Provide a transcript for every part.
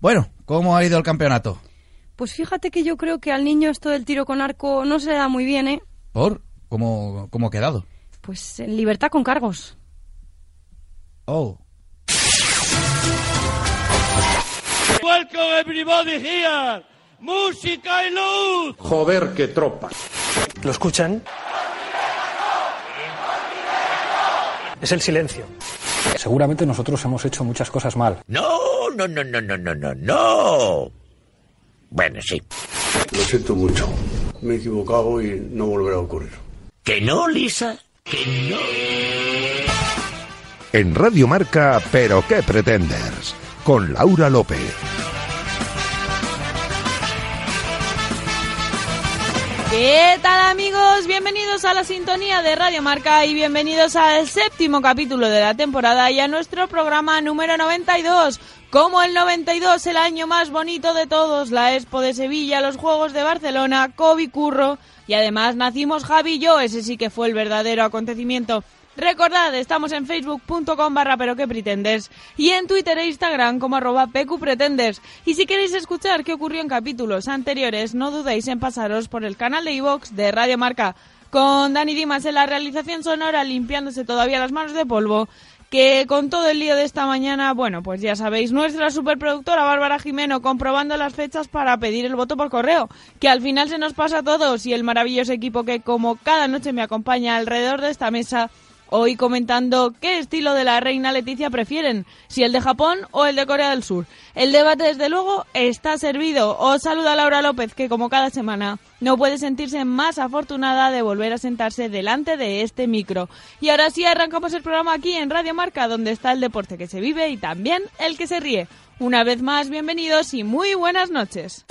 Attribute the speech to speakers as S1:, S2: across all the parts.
S1: Bueno, ¿cómo ha ido el campeonato?
S2: Pues fíjate que yo creo que al niño esto del tiro con arco no se le da muy bien, ¿eh?
S1: ¿Por? ¿Cómo, cómo ha quedado?
S2: Pues en libertad con cargos.
S1: Oh.
S3: Welcome everybody here. Música y luz.
S4: Joder, qué tropa.
S5: ¿Lo escuchan? Es el silencio.
S6: Seguramente nosotros hemos hecho muchas cosas mal.
S7: No, no, no, no, no, no, no, no. Bueno, sí.
S8: Lo siento mucho. Me he equivocado y no volverá a ocurrir.
S7: Que no, Lisa. Que no.
S9: En Radio Marca, pero qué pretenders. Con Laura López.
S10: ¿Qué tal amigos? Bienvenidos a la sintonía de Radio Marca y bienvenidos al séptimo capítulo de la temporada y a nuestro programa número 92. Como el 92, el año más bonito de todos, la Expo de Sevilla, los Juegos de Barcelona, Kobe Curro y además nacimos Javi y yo, ese sí que fue el verdadero acontecimiento. Recordad, estamos en facebook.com barra pero que pretendes y en Twitter e Instagram como arroba pqpretendes. Y si queréis escuchar qué ocurrió en capítulos anteriores, no dudéis en pasaros por el canal de iVox de Radio Marca, con Dani Dimas en la realización sonora limpiándose todavía las manos de polvo, que con todo el lío de esta mañana, bueno, pues ya sabéis, nuestra superproductora Bárbara Jimeno comprobando las fechas para pedir el voto por correo, que al final se nos pasa a todos y el maravilloso equipo que como cada noche me acompaña alrededor de esta mesa hoy comentando qué estilo de la reina Leticia prefieren, si el de Japón o el de Corea del Sur. El debate, desde luego, está servido. Os saluda Laura López, que como cada semana no puede sentirse más afortunada de volver a sentarse delante de este micro. Y ahora sí, arrancamos el programa aquí en Radio Marca, donde está el deporte que se vive y también el que se ríe. Una vez más, bienvenidos y muy buenas noches.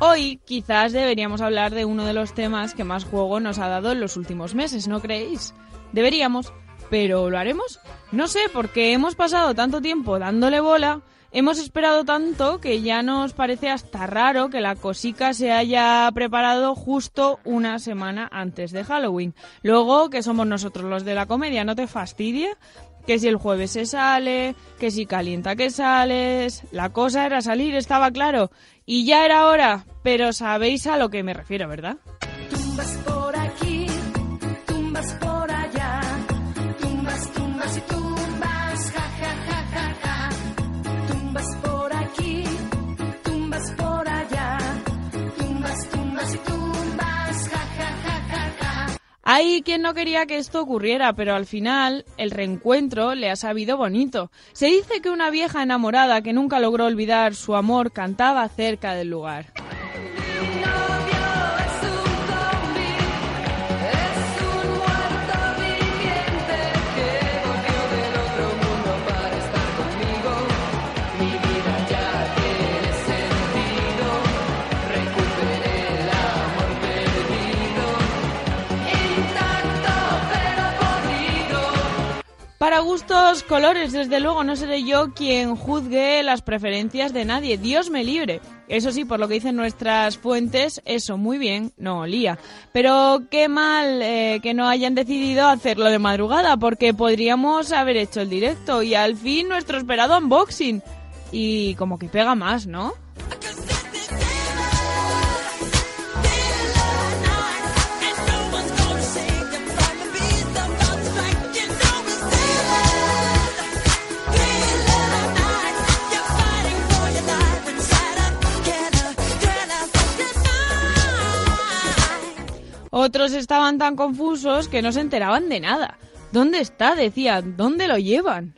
S10: Hoy quizás deberíamos hablar de uno de los temas que más juego nos ha dado en los últimos meses, ¿no creéis? Deberíamos, pero ¿lo haremos? No sé, porque hemos pasado tanto tiempo dándole bola, hemos esperado tanto que ya nos parece hasta raro que la cosica se haya preparado justo una semana antes de Halloween. Luego, que somos nosotros los de la comedia, no te fastidie, que si el jueves se sale, que si calienta que sales. La cosa era salir, estaba claro. Y ya era hora, pero sabéis a lo que me refiero, ¿verdad?
S11: Tumbas por aquí, tumbas por allá, tumbas, tumbas y tumbas, ja, ja, ja, ja, ja. Tumbas por aquí, tumbas por allá, tumbas, tumbas y tumbas, ja, ja, ja, ja, ja.
S10: Hay quien no quería que esto ocurriera, pero al final el reencuentro le ha sabido bonito. Se dice que una vieja enamorada que nunca logró olvidar su amor cantaba cerca del lugar. Para gustos, colores, desde luego no seré yo quien juzgue las preferencias de nadie. Dios me libre. Eso sí, por lo que dicen nuestras fuentes, eso muy bien, no olía. Pero qué mal eh, que no hayan decidido hacerlo de madrugada, porque podríamos haber hecho el directo y al fin nuestro esperado unboxing. Y como que pega más, ¿no? Otros estaban tan confusos que no se enteraban de nada. ¿Dónde está? Decían, ¿dónde lo llevan?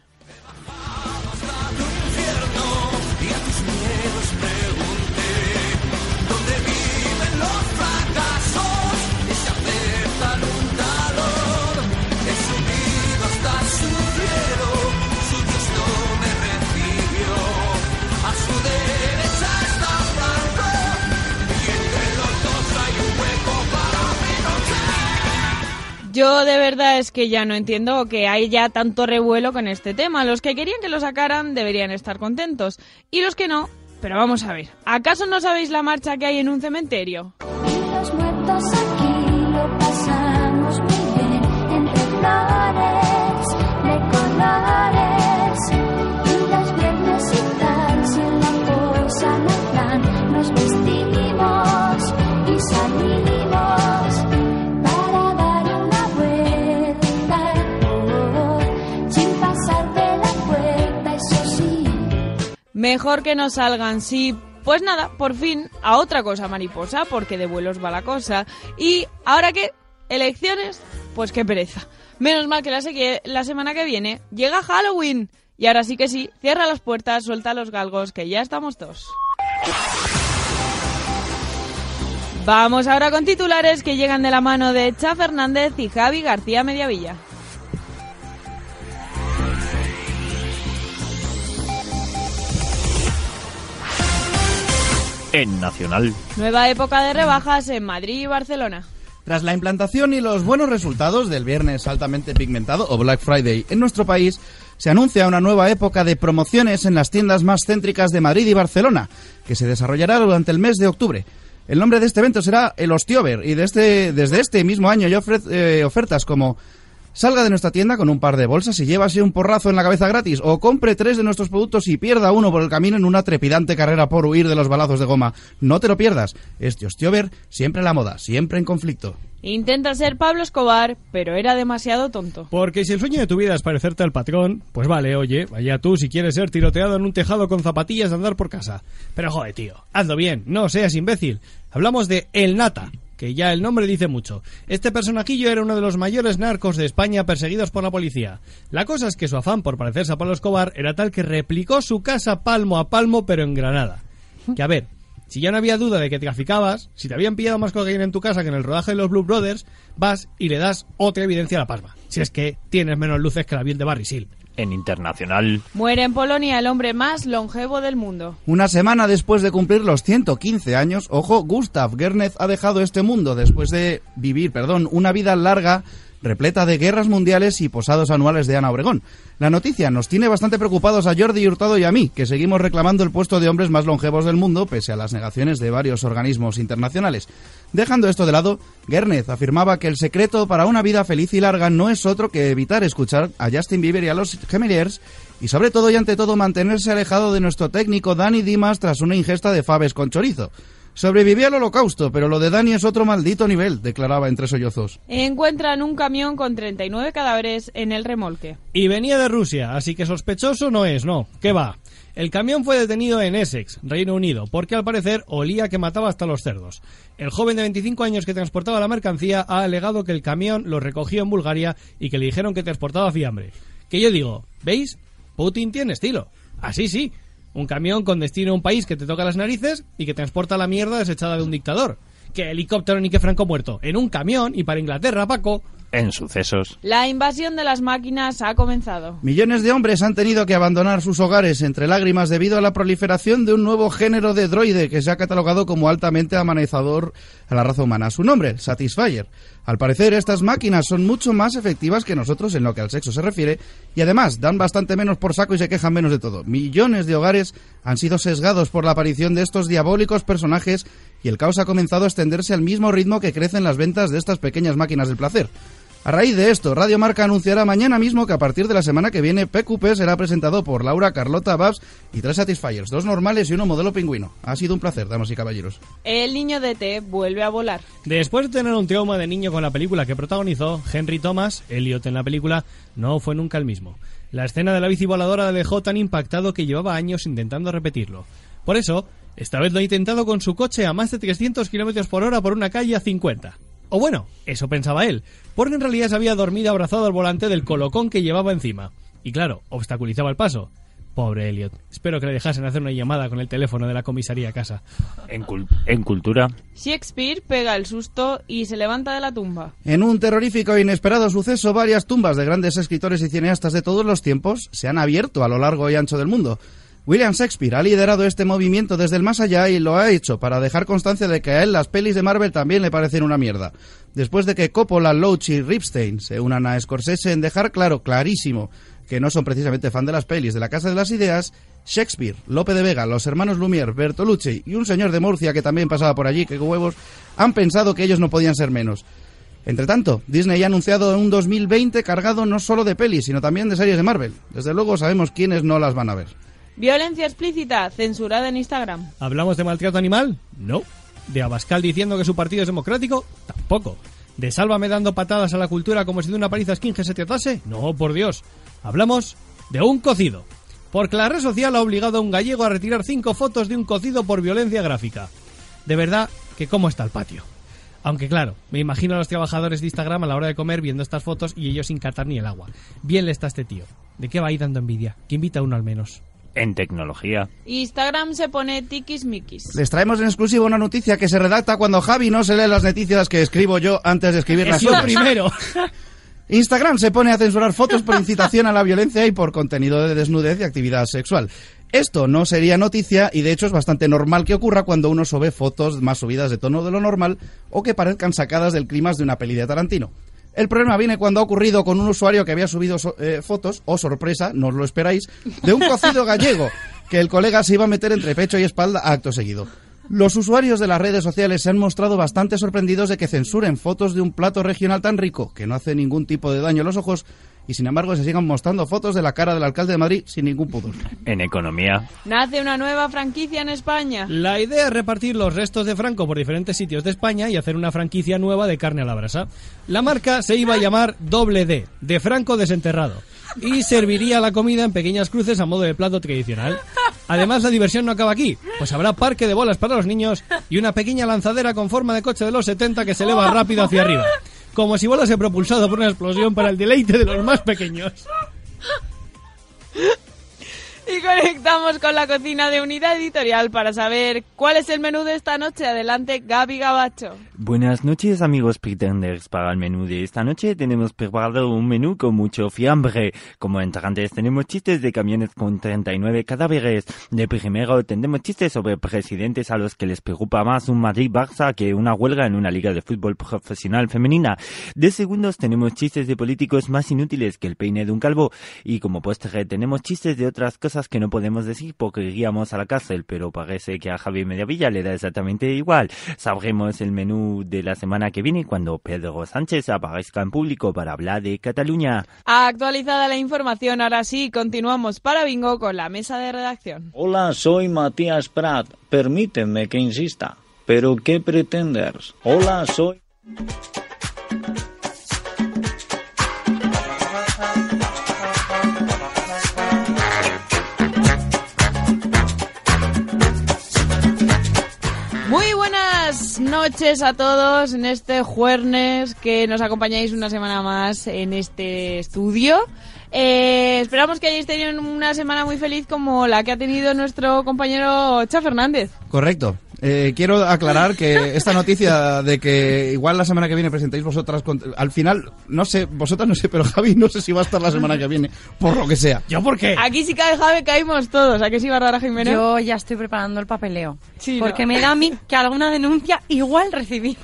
S10: Yo de verdad es que ya no entiendo que hay ya tanto revuelo con este tema. Los que querían que lo sacaran deberían estar contentos. Y los que no, pero vamos a ver. ¿Acaso no sabéis la marcha que hay en un cementerio?
S11: Y los muertos aquí. amigos para dar una vuelta, oh, oh, sin pasar de la puerta, eso sí.
S10: Mejor que no salgan, sí. Pues nada, por fin a otra cosa mariposa, porque de vuelos va la cosa. Y ahora qué, elecciones, pues qué pereza. Menos mal que la, sequie- la semana que viene llega Halloween. Y ahora sí que sí, cierra las puertas, suelta los galgos, que ya estamos todos. Vamos ahora con titulares que llegan de la mano de Cha Fernández y Javi García Mediavilla.
S4: En Nacional.
S10: Nueva época de rebajas en Madrid y Barcelona.
S1: Tras la implantación y los buenos resultados del viernes altamente pigmentado o Black Friday en nuestro país, se anuncia una nueva época de promociones en las tiendas más céntricas de Madrid y Barcelona, que se desarrollará durante el mes de octubre. El nombre de este evento será el Ostiover y de este- desde este mismo año ya ofrece eh, ofertas como Salga de nuestra tienda con un par de bolsas y llévase un porrazo en la cabeza gratis. O compre tres de nuestros productos y pierda uno por el camino en una trepidante carrera por huir de los balazos de goma. No te lo pierdas. Este Ostiover siempre a la moda, siempre en conflicto.
S10: Intenta ser Pablo Escobar, pero era demasiado tonto.
S12: Porque si el sueño de tu vida es parecerte al patrón, pues vale, oye, allá tú si quieres ser tiroteado en un tejado con zapatillas de andar por casa. Pero joder, tío, hazlo bien, no seas imbécil. Hablamos de El Nata, que ya el nombre dice mucho. Este personajillo era uno de los mayores narcos de España perseguidos por la policía. La cosa es que su afán por parecerse a Pablo Escobar era tal que replicó su casa palmo a palmo, pero en Granada. Que a ver, si ya no había duda de que traficabas, si te habían pillado más cocaína en tu casa que en el rodaje de los Blue Brothers, vas y le das otra evidencia a la palma. Si es que tienes menos luces que la biel de Barry Seal.
S4: En Internacional.
S10: Muere en Polonia el hombre más longevo del mundo.
S1: Una semana después de cumplir los 115 años, ojo, Gustav Gernez ha dejado este mundo después de vivir, perdón, una vida larga repleta de guerras mundiales y posados anuales de Ana Obregón. La noticia nos tiene bastante preocupados a Jordi Hurtado y a mí, que seguimos reclamando el puesto de hombres más longevos del mundo, pese a las negaciones de varios organismos internacionales. Dejando esto de lado, Gernez afirmaba que el secreto para una vida feliz y larga no es otro que evitar escuchar a Justin Bieber y a los Gemeliers y sobre todo y ante todo mantenerse alejado de nuestro técnico Dani Dimas tras una ingesta de faves con chorizo. Sobrevivió al holocausto, pero lo de Dani es otro maldito nivel, declaraba entre sollozos.
S10: Encuentran un camión con 39 cadáveres en el remolque.
S12: Y venía de Rusia, así que sospechoso no es, no. ¿Qué va? El camión fue detenido en Essex, Reino Unido, porque al parecer olía que mataba hasta los cerdos. El joven de 25 años que transportaba la mercancía ha alegado que el camión lo recogió en Bulgaria y que le dijeron que transportaba fiambre. Que yo digo, ¿veis? Putin tiene estilo. Así sí. Un camión con destino a un país que te toca las narices y que transporta la mierda desechada de un dictador. Que helicóptero ni que franco muerto. En un camión y para Inglaterra, Paco.
S4: En Sucesos.
S10: La invasión de las máquinas ha comenzado.
S1: Millones de hombres han tenido que abandonar sus hogares entre lágrimas debido a la proliferación de un nuevo género de droide que se ha catalogado como altamente amanezador a la raza humana. Su nombre, Satisfyer. Al parecer, estas máquinas son mucho más efectivas que nosotros en lo que al sexo se refiere y además dan bastante menos por saco y se quejan menos de todo. Millones de hogares han sido sesgados por la aparición de estos diabólicos personajes y el caos ha comenzado a extenderse al mismo ritmo que crecen las ventas de estas pequeñas máquinas del placer. A raíz de esto, Radio Marca anunciará mañana mismo que a partir de la semana que viene PQP será presentado por Laura Carlota Babs y tres Satisfiers, dos normales y uno modelo pingüino. Ha sido un placer, damas y caballeros.
S10: El niño de T vuelve a volar.
S12: Después de tener un trauma de niño con la película que protagonizó, Henry Thomas, Elliot en la película, no fue nunca el mismo. La escena de la bici voladora le dejó tan impactado que llevaba años intentando repetirlo. Por eso, esta vez lo ha intentado con su coche a más de 300 kilómetros por hora por una calle a 50. O bueno, eso pensaba él, porque en realidad se había dormido abrazado al volante del colocón que llevaba encima. Y claro, obstaculizaba el paso. Pobre Elliot. Espero que le dejasen hacer una llamada con el teléfono de la comisaría a casa.
S4: En, cul- en Cultura.
S10: Shakespeare pega el susto y se levanta de la tumba.
S1: En un terrorífico e inesperado suceso, varias tumbas de grandes escritores y cineastas de todos los tiempos se han abierto a lo largo y ancho del mundo. William Shakespeare ha liderado este movimiento desde el más allá y lo ha hecho para dejar constancia de que a él las pelis de Marvel también le parecen una mierda. Después de que Coppola, Loach y Ripstein se unan a Scorsese en dejar claro, clarísimo, que no son precisamente fan de las pelis de la Casa de las Ideas, Shakespeare, Lope de Vega, los hermanos Lumière, Bertolucci y un señor de Murcia que también pasaba por allí, que huevos, han pensado que ellos no podían ser menos. Entre tanto, Disney ha anunciado un 2020 cargado no solo de pelis, sino también de series de Marvel. Desde luego sabemos quiénes no las van a ver.
S10: Violencia explícita censurada en Instagram.
S12: ¿Hablamos de maltrato animal? No. De Abascal diciendo que su partido es democrático, tampoco. De Sálvame dando patadas a la cultura como si de una paliza esquinge se tratase, no, por Dios. Hablamos de un cocido. Porque la red social ha obligado a un gallego a retirar cinco fotos de un cocido por violencia gráfica. De verdad que cómo está el patio. Aunque claro, me imagino a los trabajadores de Instagram a la hora de comer viendo estas fotos y ellos sin catar ni el agua. Bien le está este tío. ¿De qué va ahí dando envidia? Que invita a uno al menos.
S4: En tecnología.
S10: Instagram se pone tiquismiquis.
S1: Les traemos en exclusiva una noticia que se redacta cuando Javi no se lee las noticias que escribo yo antes de escribirlas.
S10: Eso
S1: todas.
S10: primero.
S1: Instagram se pone a censurar fotos por incitación a la violencia y por contenido de desnudez y actividad sexual. Esto no sería noticia y de hecho es bastante normal que ocurra cuando uno sube fotos más subidas de tono de lo normal o que parezcan sacadas del clima de una peli de Tarantino. El problema viene cuando ha ocurrido con un usuario que había subido so- eh, fotos, o sorpresa, no os lo esperáis, de un cocido gallego que el colega se iba a meter entre pecho y espalda a acto seguido. Los usuarios de las redes sociales se han mostrado bastante sorprendidos de que censuren fotos de un plato regional tan rico, que no hace ningún tipo de daño a los ojos, y sin embargo se sigan mostrando fotos de la cara del alcalde de Madrid sin ningún pudor.
S4: En economía.
S10: Nace una nueva franquicia en España.
S12: La idea es repartir los restos de Franco por diferentes sitios de España y hacer una franquicia nueva de carne a la brasa. La marca se iba a llamar Doble D, de Franco desenterrado, y serviría la comida en pequeñas cruces a modo de plato tradicional. Además, la diversión no acaba aquí, pues habrá parque de bolas para los niños y una pequeña lanzadera con forma de coche de los 70 que se eleva rápido hacia arriba, como si volase propulsado por una explosión para el deleite de los más pequeños.
S10: Y conectamos con la cocina de Unidad Editorial para saber cuál es el menú de esta noche. Adelante, Gaby Gabacho.
S4: Buenas noches amigos pretenders. Para el menú de esta noche tenemos preparado un menú con mucho fiambre. Como entrantes tenemos chistes de camiones con 39 cadáveres. De primero tendremos chistes sobre presidentes a los que les preocupa más un Madrid-Barça que una huelga en una liga de fútbol profesional femenina. De segundos tenemos chistes de políticos más inútiles que el peine de un calvo. Y como postre tenemos chistes de otras cosas que no podemos decir porque iríamos a la cárcel, pero parece que a Javi Mediavilla le da exactamente igual. Sabremos el menú de la semana que viene cuando Pedro Sánchez aparezca en público para hablar de Cataluña.
S10: Actualizada la información, ahora sí, continuamos para Bingo con la mesa de redacción.
S13: Hola, soy Matías Prat. Permíteme que insista. ¿Pero qué pretenders? Hola, soy...
S10: Muy buenas noches a todos en este jueves que nos acompañáis una semana más en este estudio. Eh, esperamos que hayáis tenido una semana muy feliz como la que ha tenido nuestro compañero Cha Fernández.
S1: Correcto. Eh, quiero aclarar que esta noticia de que igual la semana que viene presentáis vosotras, con- al final, no sé, vosotras no sé, pero Javi no sé si va a estar la semana que viene, por lo que sea.
S12: ¿Yo por
S4: Eh.
S12: qué?
S10: Aquí si cae Javi, caímos todos. ¿A qué sí, Bárbara Jiménez?
S2: Yo ya estoy preparando el papeleo.
S10: Sí,
S2: porque
S10: ¿no?
S2: me da a mí que alguna denuncia igual recibimos.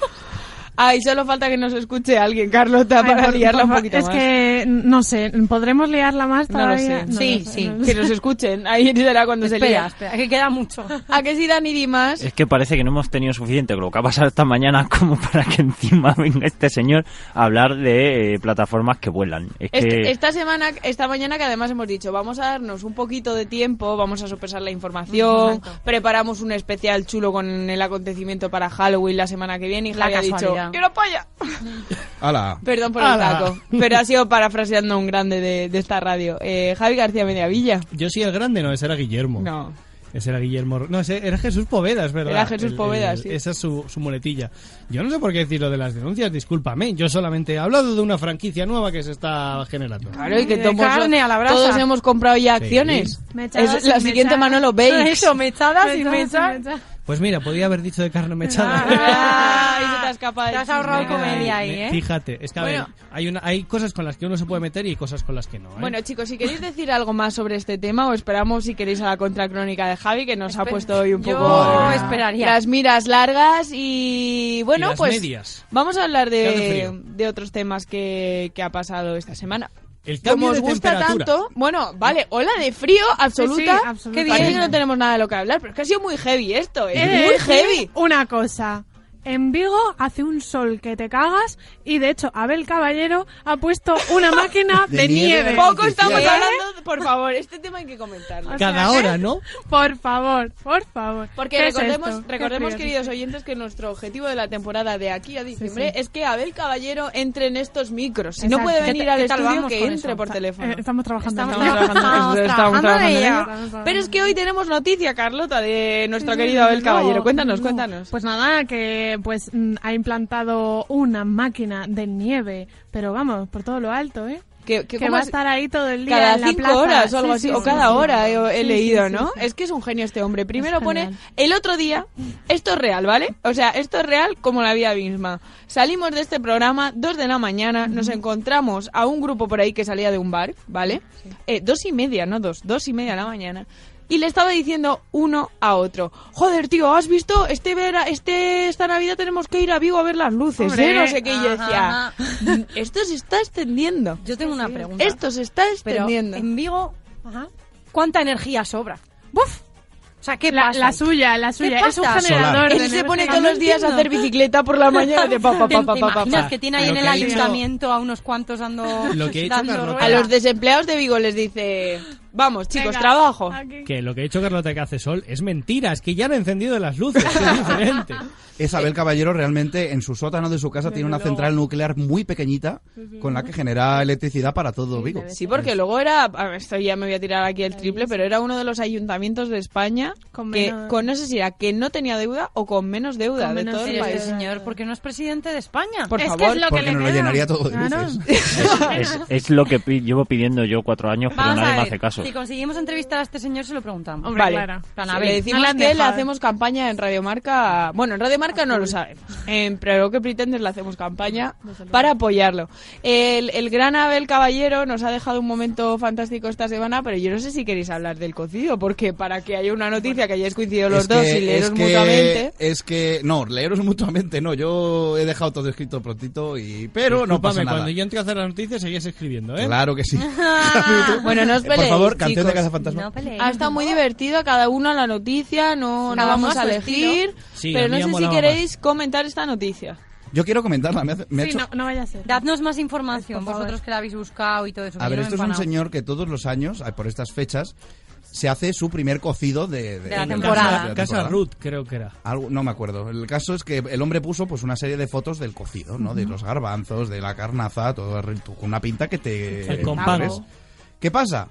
S10: Ay, solo falta que nos escuche alguien, Carlota, para liarla un poquito
S14: Es
S10: más.
S14: que, no sé, ¿podremos liarla más
S10: No lo sé.
S14: todavía? No lo sé, no lo
S10: Que
S14: sé.
S10: nos escuchen. Ahí será cuando se
S2: Espera,
S10: lía.
S2: espera, que queda mucho.
S10: ¿A que sí, Dani Dimas?
S4: Es que parece que no hemos tenido suficiente con lo que ha pasado esta mañana como para que encima venga este señor a hablar de eh, plataformas que vuelan. Es
S10: Est-
S4: que...
S10: Este, esta semana, esta mañana que además hemos dicho, vamos a darnos un poquito de tiempo, vamos a sopesar la información,
S2: Exacto.
S10: preparamos un especial chulo con el acontecimiento para Halloween la semana que viene y
S2: La
S10: Javi ha dicho,
S2: casualidad.
S10: "Y una polla".
S1: Ala.
S10: Perdón por el
S12: Ala.
S10: taco, pero ha sido parafraseando a un grande de, de esta radio. Eh, Javi García Mediavilla.
S12: Yo soy el grande, no, ese era Guillermo.
S10: No.
S12: Ese era Guillermo. No, ese era Jesús Poveda, es verdad.
S10: Era Jesús
S12: El- el-
S10: Poveda, sí.
S12: Esa es su, su muletilla. Yo no sé por qué decir lo de las denuncias, discúlpame. Yo solamente he hablado de una franquicia nueva que se está generando.
S10: Claro, y que
S2: Mm, De
S10: todos,
S2: carne a la brasa.
S10: todos hemos comprado ya acciones.
S2: Mechadas
S10: Es la
S2: y
S10: siguiente
S2: mechadas.
S10: Manolo Bakes.
S2: Eso, mechadas y mechadas.
S12: Pues mira, podía haber dicho de carne mechada.
S10: Ay, se te ha escapado
S2: Te
S10: el
S2: has ahorrado
S10: chisme.
S2: comedia ahí,
S12: Me-
S2: ¿eh?
S12: Fíjate, es que a ver,
S10: Bueno.
S12: hay, una, hay cosas con las que uno se puede meter y cosas con las que no. ¿eh?
S10: Bueno, chicos, si queréis decir algo más sobre este tema o esperamos si queréis a la contracrónica de Javi que nos ha puesto hoy un
S2: yo
S10: poco
S2: Madre mía. esperaría.
S10: las miras largas y bueno,
S2: Y las
S10: pues
S2: medias.
S10: vamos a hablar
S2: Que hace
S10: de,
S2: frío.
S10: de otros temas que, que ha pasado esta semana.
S12: El
S10: Como
S12: cambio
S10: os
S12: de
S10: gusta
S12: temperatura.
S10: tanto, bueno, vale, ola de frío absoluta.
S14: Sí, sí, absoluta.
S10: Que bien,
S14: Parece.
S10: no tenemos nada de lo que hablar, pero es que ha sido muy heavy esto, es
S14: He de
S10: muy
S14: decir
S10: heavy.
S14: Una cosa. En Vigo hace un sol que te cagas y de hecho Abel Caballero ha puesto una máquina de,
S15: De nieve
S14: nieve.
S10: Poco estamos
S14: ¿Eh?
S10: hablando, por favor, este tema hay que comentarlo.
S14: O
S15: Cada
S14: sea,
S10: ¿eh?
S15: hora, ¿no?
S14: Por favor, por favor.
S10: Porque
S14: ¿Qué es
S10: recordemos,
S14: esto? Qué
S10: recordemos
S14: frío.
S10: queridos oyentes, que nuestro objetivo de la temporada de aquí a diciembre
S14: sí.
S10: es que Abel Caballero entre en estos micros. Si no
S14: Exacto.
S10: puede
S14: ¿Qué te-
S10: venir al
S14: qué tal
S10: estudio,
S14: vamos
S10: que
S14: con
S10: entre
S14: eso?
S10: por
S14: Ta-
S10: teléfono.
S14: eh, estamos trabajando. en ello.
S10: trabajando en ello.
S14: Estamos trabajando en ello.
S10: Pero es que hoy tenemos noticia, Carlota, de nuestro querido Abel
S14: No,
S10: Caballero. Cuéntanos,
S14: no.
S10: cuéntanos.
S14: Pues nada, que pues mm, ha implantado una máquina de nieve, pero vamos, por todo lo alto, ¿eh?
S10: Que,
S14: Que,
S10: ¿cómo
S14: va a
S10: es?
S14: estar ahí todo el día.
S10: Cada
S14: en la
S10: cinco
S14: plaza.
S10: horas o algo
S14: Sí,
S10: así,
S14: sí,
S10: o
S14: sí,
S10: cada
S14: sí.
S10: hora he, he
S14: Sí,
S10: leído,
S14: sí, sí,
S10: ¿no?
S14: sí.
S10: Es que es un genio este hombre. Primero
S14: Es
S10: pone,
S14: genial.
S10: el otro día, esto es real, ¿vale? O sea, esto es real como la vida misma. Salimos de este programa, dos de la mañana, nos encontramos a un grupo por ahí que salía de un bar, ¿vale? Eh, dos y media, no dos, dos y media de la mañana. Y le estaba diciendo uno a otro, joder, tío, ¿has visto? Este vera, este esta Navidad tenemos que ir a Vigo a ver las luces,
S15: Hombre,
S10: ¿eh? No sé qué, y yo decía, "Mm,
S15: ajá,
S10: esto se está extendiendo.
S15: Yo tengo una pregunta.
S10: Esto se está
S15: Pero
S10: extendiendo.
S15: en Vigo, ¿cuánta energía sobra? ¡Buf! O sea, ¿qué
S14: La-
S15: pasa?
S14: la suya, la suya.
S15: ¿Qué
S14: Es un
S15: pasa?
S14: generador de
S10: Él se
S14: energía.
S10: pone
S14: No
S10: todos los días a
S14: entiendo.
S10: hacer bicicleta por la mañana de pa, pa,
S15: ¿Te,
S10: pa, pa,
S15: te
S10: pa, pa,
S15: imaginas
S10: pa.
S15: que tiene ahí
S10: Lo
S15: en el
S10: que ha dicho-
S15: ayuntamiento a unos cuantos dando,
S12: Lo que ha dicho
S15: dando
S12: Carlota.
S10: A
S15: ruedas?
S10: los desempleados de Vigo les dice, vamos chicos,
S15: Venga,
S10: trabajo.
S12: Que lo que ha dicho Carlota que hace sol es mentira, es que ya han encendido las luces. Es diferente.
S1: Es Abel Caballero realmente en su sótano de su casa tiene una central nuclear muy pequeñita con la que genera electricidad para todo Vigo.
S10: Sí, porque luego era, a ver, esto ya me voy a tirar aquí el triple, pero era uno de los ayuntamientos de España
S14: Con
S10: que,
S14: menos-
S10: con no sé si era que no tenía deuda o con menos deuda
S15: Con
S10: de
S15: menos
S10: todo el
S15: serio este
S10: país.
S15: señor, porque no es presidente de España.
S10: Por Es que es favor. lo que
S1: Porque nos lo llenaría todo de
S15: Claro.
S1: luces.
S4: Es, es lo que pi- llevo pidiendo yo cuatro años, pero
S15: Vamos
S4: nadie
S15: a
S4: me
S15: ver,
S4: hace caso.
S15: Si conseguimos entrevistar a este señor, se lo preguntamos.
S10: vale,
S15: Plan,
S10: Sí,
S15: a ver,
S10: le decimos
S15: no han
S10: que le
S15: dejado.
S10: hacemos campaña en Radiomarca. Bueno, en Radiomarca no lo sabemos, en Pero que pretendes le hacemos campaña para apoyarlo. El, el gran Abel Caballero nos ha dejado un momento fantástico esta semana, pero yo no sé si queréis hablar del cocido, porque para que haya una noticia que hayáis coincidido los
S1: Es
S10: dos
S1: que-
S10: y leeros
S1: es que-
S10: mutuamente.
S1: Es que, no, leeros mutuamente no. Yo he dejado todo escrito prontito, y pero no
S12: Discúlpame,
S1: pasa nada.
S12: cuando yo entré a hacer las noticias seguías escribiendo, ¿eh?
S1: Claro que sí.
S10: Bueno, no os
S1: Eh, Por
S10: peleéis,
S1: favor, canción de
S10: chicos.
S1: Cazafantasma.
S15: Eh,
S10: Ha estado muy divertido, cada uno a la noticia, no, no
S15: Cada uno
S10: vamos
S15: a
S10: a
S15: su
S10: elegir,
S1: estilo. Sí,
S10: pero
S1: la
S10: no
S1: mía
S10: sé si
S1: molaba
S10: queréis comentar esta noticia.
S1: Yo quiero comentarla. Me, hace- me ha hecho-
S14: vaya a ser.
S15: Dadnos más información, vosotros que la habéis buscado y todo eso.
S1: A
S15: que
S1: ver,
S15: yo no
S1: esto
S15: me
S1: es un
S15: empanao.
S1: señor que todos los años, ah, por estas fechas, se hace su primer cocido de,
S15: De la
S1: de-
S15: temporada.
S1: de la
S12: Casa
S1: temporada.
S12: Ruth, creo que era.
S1: Algo- no me acuerdo. El caso es que el hombre puso pues una serie de fotos del cocido, ¿no? De
S12: Ujú.
S1: los garbanzos, de la carnaza, todo arre- tú con una pinta que te
S12: El
S1: te
S12: compás.
S1: mueres. ¿Qué pasa?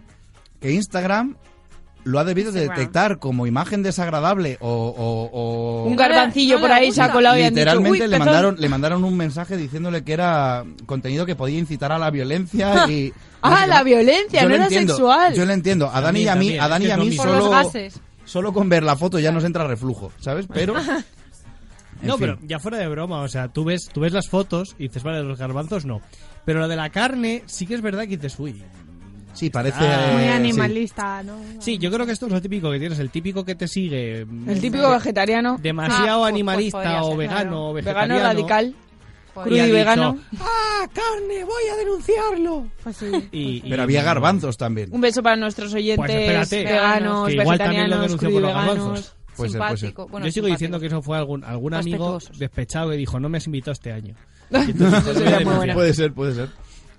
S1: Que Instagram lo ha debido
S12: Instagram.
S1: detectar como imagen desagradable o, o- o-
S10: Un garbancillo por ahí se ha colado y han dicho,
S1: Literalmente
S10: "Uy,
S1: le
S10: pezón".
S1: mandaron le mandaron un mensaje diciéndole que era contenido que podía incitar a la violencia y
S10: Ah, la violencia,
S1: Yo
S10: no
S1: lo
S10: era
S1: entiendo,
S10: sexual.
S1: Yo lo entiendo. A Dani y a mí,
S12: También,
S1: a Dani y a mí
S12: también, es que es lo
S1: solo,
S12: mismo.
S1: solo con ver la foto ya nos entra reflujo, ¿sabes? Pero En
S12: no,
S1: fin.
S12: pero ya fuera de broma, o sea, tú ves, tú ves las fotos y dices, vale, los garbanzos no. Pero lo de la carne sí que es verdad que dices, uy.
S1: Sí,
S14: Parece
S10: Ah, eh,
S14: muy animalista, ¿no?
S12: Sí, yo creo que esto es lo típico que tienes, el típico que te sigue. mm,
S10: El típico vegetariano.
S12: Demasiado
S10: Ah, pues-
S12: animalista
S10: pues podría
S12: o
S10: ser,
S12: vegano
S10: claro.
S12: o
S10: Vegano
S12: vegetariano.
S10: radical.
S12: ha
S10: Crudo y
S12: dicho,
S10: vegano.
S12: ¡Ah, carne! ¡Voy a denunciarlo!
S14: Pues sí.
S12: Y-
S1: pero
S12: y-
S1: había garbanzos también.
S10: Un beso para nuestros oyentes
S12: Pues espérate,
S10: veganos,
S12: que igual también lo
S10: vegetarianos,
S12: denunció
S10: crudo y
S12: por los
S10: veganos.
S12: garbanzos.
S1: Puede ser, puede ser.
S10: bueno,
S12: Yo sigo
S10: simpático.
S12: diciendo que eso fue algún, algún amigo
S15: Respetuosos.
S12: despechado que dijo, no me has invitado este año.
S1: Puede ser, puede ser.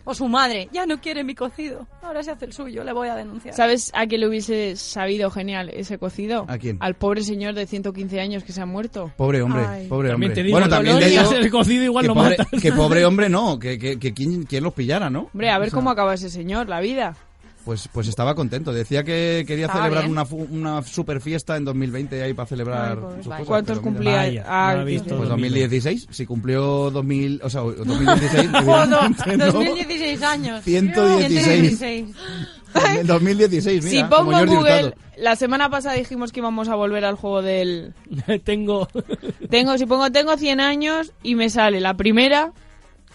S15: O su madre, ya no quiere mi cocido. Ahora se hace el suyo, le voy a denunciar.
S10: ¿Sabes a quién le hubiese sabido genial ese cocido?
S1: ¿A quién?
S10: Al pobre señor de 115 años que se ha muerto.
S1: Pobre hombre,
S10: Ay.
S1: pobre
S12: También
S1: hombre.
S12: te digo,
S1: bueno, también te
S12: Polonia,
S1: digo
S12: el cocido igual
S1: que,
S12: lo
S1: pobre,
S12: matas.
S1: que pobre hombre no, que, que, que quién, quién los pillara, ¿no?
S10: Hombre, a ver
S1: O sea,
S10: cómo acaba ese señor, la vida.
S1: Pues, pues estaba contento. Decía que quería
S10: Estaba
S1: celebrar
S10: bien.
S1: una, fu- una super fiesta en 2020 ahí para celebrar sus cosas,
S10: ¿Cuántos
S1: pero mira.
S10: cumplía? Vaya, Ah, no ha visto
S1: Pues
S10: 2020.
S1: 2016. Si cumplió 2000, o sea, 2016.
S15: Joder,
S1: no.
S15: 2016 años.
S1: 116.
S15: 116.
S1: En 2016, mira.
S10: si pongo
S1: como Jordi
S10: Google,
S1: Hurtado.
S10: la semana pasada dijimos que íbamos a volver al juego del...
S12: tengo...
S10: tengo Si pongo tengo 100 años y me sale la primera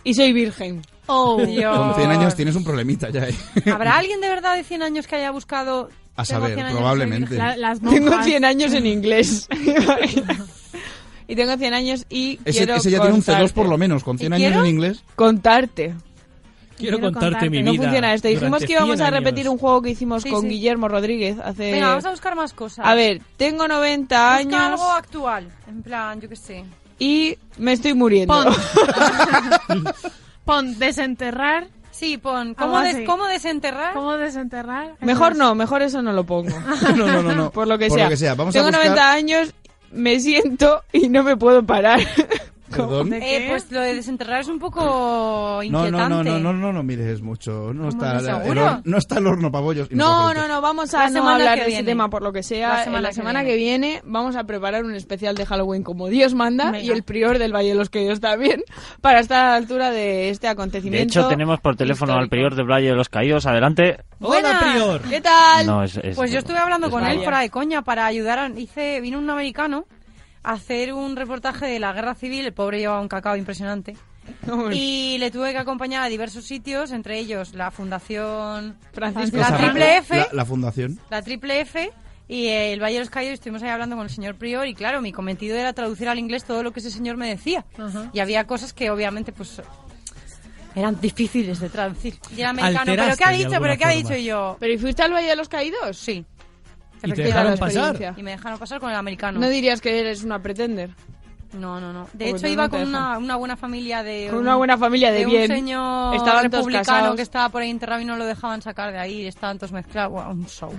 S10: y soy virgen.
S15: Oh,
S1: Con 100 años tienes un problemita ya. ¿eh?
S15: ¿Habrá alguien de verdad de 100 años que haya buscado...
S1: A
S15: "Tengo
S1: saber,
S15: 100 años, soy
S1: probablemente.
S15: virgen"?
S1: La- las
S10: Tengo
S15: monjas.
S10: 100 años en inglés. y tengo 100 años y
S1: Ese,
S10: quiero
S1: ese ya tiene un C2
S10: contarte.
S1: por lo menos, con 100
S10: ¿Y
S1: años
S10: quiero?
S1: en inglés.
S10: Contarte.
S12: Quiero contarte mi
S10: No
S12: vida
S10: funciona esto. Dijimos
S12: durante
S10: que íbamos
S12: 100
S10: a repetir
S12: años.
S10: un juego que hicimos
S15: Sí,
S10: con
S15: sí.
S10: Guillermo Rodríguez hace...
S15: Venga, vamos a buscar más cosas.
S10: A ver, tengo 90
S15: Busca
S10: años.
S15: algo actual. En plan, yo qué sé.
S10: y me estoy muriendo.
S14: Pon desenterrar.
S15: Sí, pon. ¿Cómo, des- cómo desenterrar?
S14: ¿Cómo desenterrar?
S10: Mejor no, mejor eso no lo pongo.
S1: No, no, no, no.
S10: Por lo que
S1: Por
S10: sea.
S1: lo que sea. Vamos a
S10: Tengo
S1: buscar-
S10: 90 años, me siento y no me puedo parar.
S1: Perdón.
S15: Eh, pues lo de desenterrar es un poco
S1: No,
S15: inquietante.
S1: no, no, no, no, no, no mires mucho. No está,
S15: no,
S1: el,
S15: seguro?
S1: hor- no está el horno pabollos.
S10: No, no, no, vamos a
S15: La
S10: no
S15: semana
S10: hablar
S15: que
S10: de ese
S15: viene.
S10: tema por lo que sea.
S15: La
S10: En
S15: semana
S10: la
S15: que
S10: semana que viene. vamos a preparar un especial de Halloween como Dios manda y el prior del Valle de los Caídos también para estar a la altura de este
S4: De
S10: acontecimiento.
S4: hecho, tenemos por teléfono al prior del Valle de los Caídos. Adelante.
S15: Buenas.
S10: ¿Qué tal?
S4: No, es- es-
S15: pues yo estuve hablando
S4: es
S15: con él
S4: broma.
S15: fuera de coña para ayudar. A, hice, vino un americano a hacer un reportaje de la guerra civil. El pobre llevaba un cacao impresionante. Y le tuve que acompañar a diversos sitios, entre ellos la Fundación
S10: Francisco
S15: la
S1: Esa-
S15: Triple F,
S1: La,
S15: la,
S1: la fundación.
S15: Triple F y el Valle de los Caídos. Estuvimos ahí hablando con el señor Prior y claro, mi cometido era traducir al inglés todo lo que ese señor me decía. Y había cosas que obviamente pues eran difíciles de traducir. Y era americano, pero
S10: Alteraste
S15: ¿qué ha
S10: de
S15: dicho?
S10: alguna
S15: ¿Pero qué ha
S10: forma.
S15: dicho Y yo?
S10: ¿Pero y fuiste al Valle de los Caídos?
S15: Sí.
S10: ¿Y
S15: Efectivamente.
S10: dejaron pasar?
S15: Y me dejaron pasar con el americano.
S10: No dirías que eres una pretender.
S15: No, no, no.
S10: Porque
S15: De hecho,
S10: no,
S15: iba
S10: no te
S15: con
S10: dejan.
S15: una, una buena familia de.
S10: Con
S15: un-
S10: una buena familia de bien.
S15: un señor
S10: Estaban todos
S15: republicano
S10: casados.
S15: que estaba por ahí enterrado y no lo dejaban sacar de ahí. Estaban todos mezclados. Buah, un show.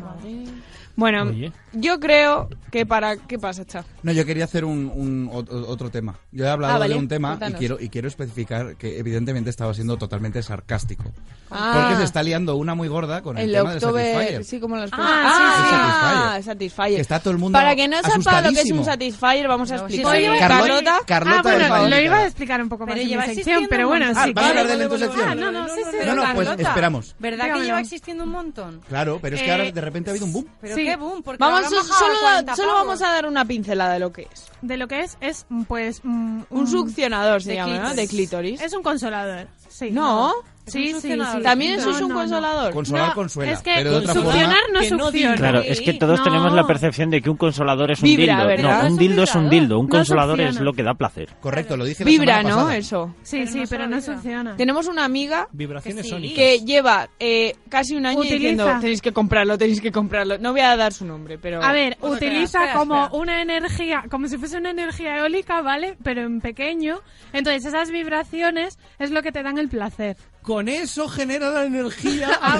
S10: Bueno, yo creo que para... ¿Qué pasa, Cha?
S1: No, yo quería hacer un, un ot- otro tema. Yo he hablado
S10: Ah, vale.
S1: de un tema y
S10: Cuéntanos.
S1: quiero, y quiero especificar que evidentemente estaba siendo totalmente sarcástico.
S10: Ah.
S1: Porque se está liando una muy gorda con el,
S10: El
S1: tema de
S10: October,
S1: Satisfyer.
S10: sí, como las
S1: Ah,
S10: cosas.
S1: sí, sí.
S10: Ah,
S1: El Satisfyer.
S10: Satisfyer.
S1: Que está todo el mundo
S10: Para que no sepa lo que es
S1: asustadísimo.
S10: un Satisfyer, vamos a
S15: No, sí,
S10: explicar.
S15: sí. Oye,
S10: Carlota.
S1: Carlota
S14: ah, bueno,
S1: del Valle.
S14: lo iba a explicar un poco más
S15: Pero
S14: en mi
S15: lleva
S14: sección,
S15: existiendo
S14: pero
S15: un
S14: bueno,
S15: montón.
S14: sí.
S1: Ah, ¿vas a
S14: que-
S1: hablar de él en tu sección?
S14: Ah, no, no, sí, sí.
S1: No, no, pues
S15: Carlota,
S1: esperamos.
S15: ¿Verdad que
S14: Dígamelo.
S15: lleva existiendo un montón?
S1: Claro, pero es que
S15: Eh,
S1: ahora de repente ha habido un boom.
S15: Pero
S14: Sí.
S15: qué boom, porque
S10: Vamos,
S15: habrán bajado
S10: solo,
S15: a
S10: da-
S15: 40
S10: solo
S15: pavos.
S10: vamos a dar una pincelada de lo que es.
S14: De lo que es, es mm, pues... mm,
S10: Un succionador se
S14: de
S10: llama, ¿no?
S14: clítoris.
S10: De clítoris.
S14: Es un consolador, sí.
S10: No.
S14: Sí, sí, sí.
S10: ¿También
S14: eso
S10: eso es un consolador?
S1: Consolar
S14: No,
S1: consuela.
S14: es que
S1: pero de otra forma-
S14: succionar no
S10: que no
S14: succiona.
S4: Claro, es que todos
S14: No.
S4: tenemos la percepción de que un consolador es un
S10: Vibra,
S4: dildo.
S10: ¿verdad?
S4: No,
S10: Es
S4: un
S10: un
S4: dildo es un
S10: vibrador.
S4: dildo. Un
S10: No
S4: consolador es
S10: succiona.
S4: lo que da placer.
S1: Correcto, lo dije la
S10: Vibra,
S1: semana
S10: ¿no?
S1: pasada.
S10: Eso.
S14: Sí, sí, pero no succiona.
S10: Tenemos una amiga
S12: Vibraciones sónicas.
S10: que lleva eh, casi un año
S14: Utiliza.
S10: diciendo tenéis que comprarlo, tenéis que comprarlo. No voy a dar su nombre, pero...
S14: A ver,
S15: Bueno, espera,
S14: utiliza
S15: espera,
S14: como
S15: espera.
S14: una energía, como si fuese una energía eólica, ¿vale? Pero en pequeño. Entonces, esas vibraciones es lo que te dan el placer.
S12: Con eso genera la energía.
S15: Ah,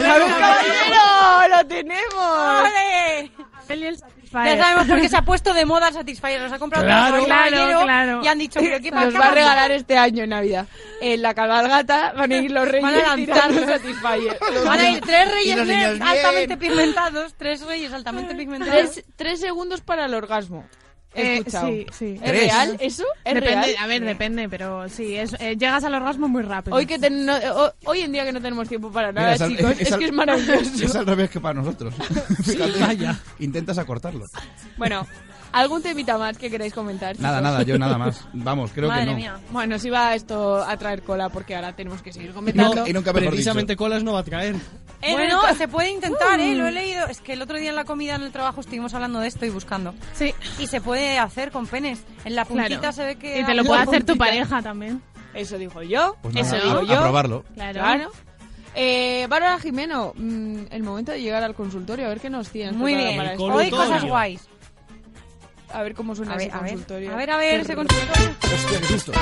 S10: ¡Caballero! ¡Lo tenemos!
S15: ¡Ole!
S14: El y el
S15: Ya
S14: satisfyer.
S15: sabemos por qué se ha puesto de moda el Satisfyer. Los ha comprado
S14: Claro,
S15: un
S14: claro,
S15: caballero
S14: claro.
S15: Y han dicho, pero qué
S10: Nos
S15: marca
S10: va a
S15: más
S10: regalar este año en Navidad. En la cabalgata van a ir los reyes
S15: Van a lanzar
S10: tirando Satisfyer.
S15: Van a ir tres
S1: Y los
S15: reyes
S1: niños,
S15: negros
S1: bien.
S15: altamente pigmentados, tres reyes altamente pigmentados.
S10: Tres, tres segundos para el orgasmo. He
S14: Eh,
S10: escuchado.
S14: sí, sí.
S10: ¿Es
S1: Tres.
S10: real eso? ¿Es
S14: Depende,
S10: real?
S14: a ver, depende, pero sí, es, eh, llegas al orgasmo muy rápido.
S10: Hoy, que ten- no- eh, ho- hoy en día que no tenemos tiempo para
S1: Mira,
S10: nada,
S1: es al-
S10: chicos, es,
S1: al-
S10: que es maravilloso.
S1: Es al revés que para nosotros. Fíjate,
S12: Vaya.
S1: Intentas acortarlo.
S10: Bueno, ¿algún temita más que queráis comentar?
S1: Nada,
S10: chicos?
S1: nada, yo nada más. Vamos, creo
S15: Madre
S1: que no.
S15: mía.
S10: Bueno, si va esto a traer cola porque ahora tenemos que seguir
S1: No,
S10: comentando.
S1: y nunca mejor
S12: Precisamente colas no va a traer.
S15: Eh,
S10: Bueno,
S15: bueno, se puede intentar, ¿eh? Lo he leído. Es que el otro día en la comida, en el trabajo, estuvimos hablando de esto y buscando.
S14: Sí,
S15: Y se puede hacer con penes. En la puntita
S14: claro.
S15: se ve que...
S14: Y te lo
S15: La
S14: puede hacer tu
S15: puntita.
S14: pareja también.
S10: Eso dijo yo.
S1: Pues
S10: eso
S1: nada,
S10: digo
S1: a-
S10: yo.
S1: a probarlo.
S14: Claro.
S10: Claro. Eh, Bárbara Jimeno, mm, el momento de llegar al consultorio, a ver qué nos tienes.
S15: Muy
S10: preparado
S15: bien.
S10: para esto.
S12: Con
S15: Hoy
S12: todo.
S15: cosas guays.
S10: A ver cómo suena
S15: A ver,
S10: ese
S15: a ver.
S10: consultorio.
S15: A ver, a ver, ese
S10: Qué
S15: consultorio.
S1: Hostia, qué susto.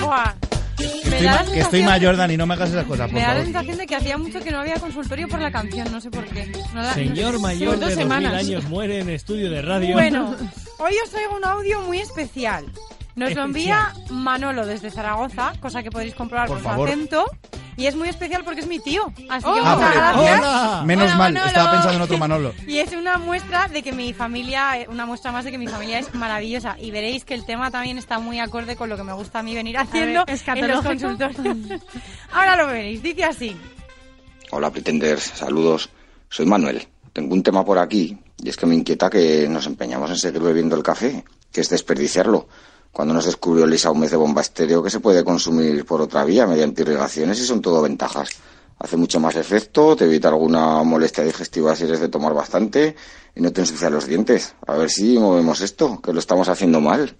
S15: Buah.
S1: Que
S15: Me
S1: estoy,
S15: da
S1: ma-
S15: la
S1: que estoy
S15: sensación-
S1: mayor, Dani, no me hagas esas cosas, por
S15: Me da la
S1: favor.
S15: sensación de que hacía mucho que no había consultorio por la canción, no sé por qué. No la-
S12: Señor
S15: no-
S10: dos
S12: mayor de 2000
S10: semanas.
S12: años muere en estudio de radio.
S15: Bueno, hoy os traigo un audio muy especial. Nos lo envía Manolo desde Zaragoza, cosa que podéis comprobar
S1: Por
S15: por, su
S1: favor.
S15: acento. Y es muy especial porque es mi tío. Así que
S10: Oh.
S1: Ah,
S15: muchas
S1: vale,
S15: gracias.
S1: mira, menos
S10: Hola,
S1: mal,
S10: Manolo.
S1: estaba pensando en otro Manolo.
S15: Y es una muestra de que mi familia, eh, una muestra más de que mi familia es maravillosa. Y veréis que el tema también está muy acorde con lo que me gusta a mí venir haciendo en los
S14: escatológico.
S15: consultorios. Ahora lo veréis, dice así.
S16: Hola, pretenders, saludos. Soy Manuel. Tengo un tema por aquí y es que me inquieta que nos empeñamos en seguir bebiendo el café, que es desperdiciarlo. Cuando nos descubrió Lisa Gómez de bomba estéreo que se puede consumir por otra vía mediante irrigaciones y son todo ventajas. Hace mucho más efecto, te evita alguna molestia digestiva si eres de tomar bastante y no te ensucia los dientes. A ver si movemos esto, que lo estamos haciendo mal.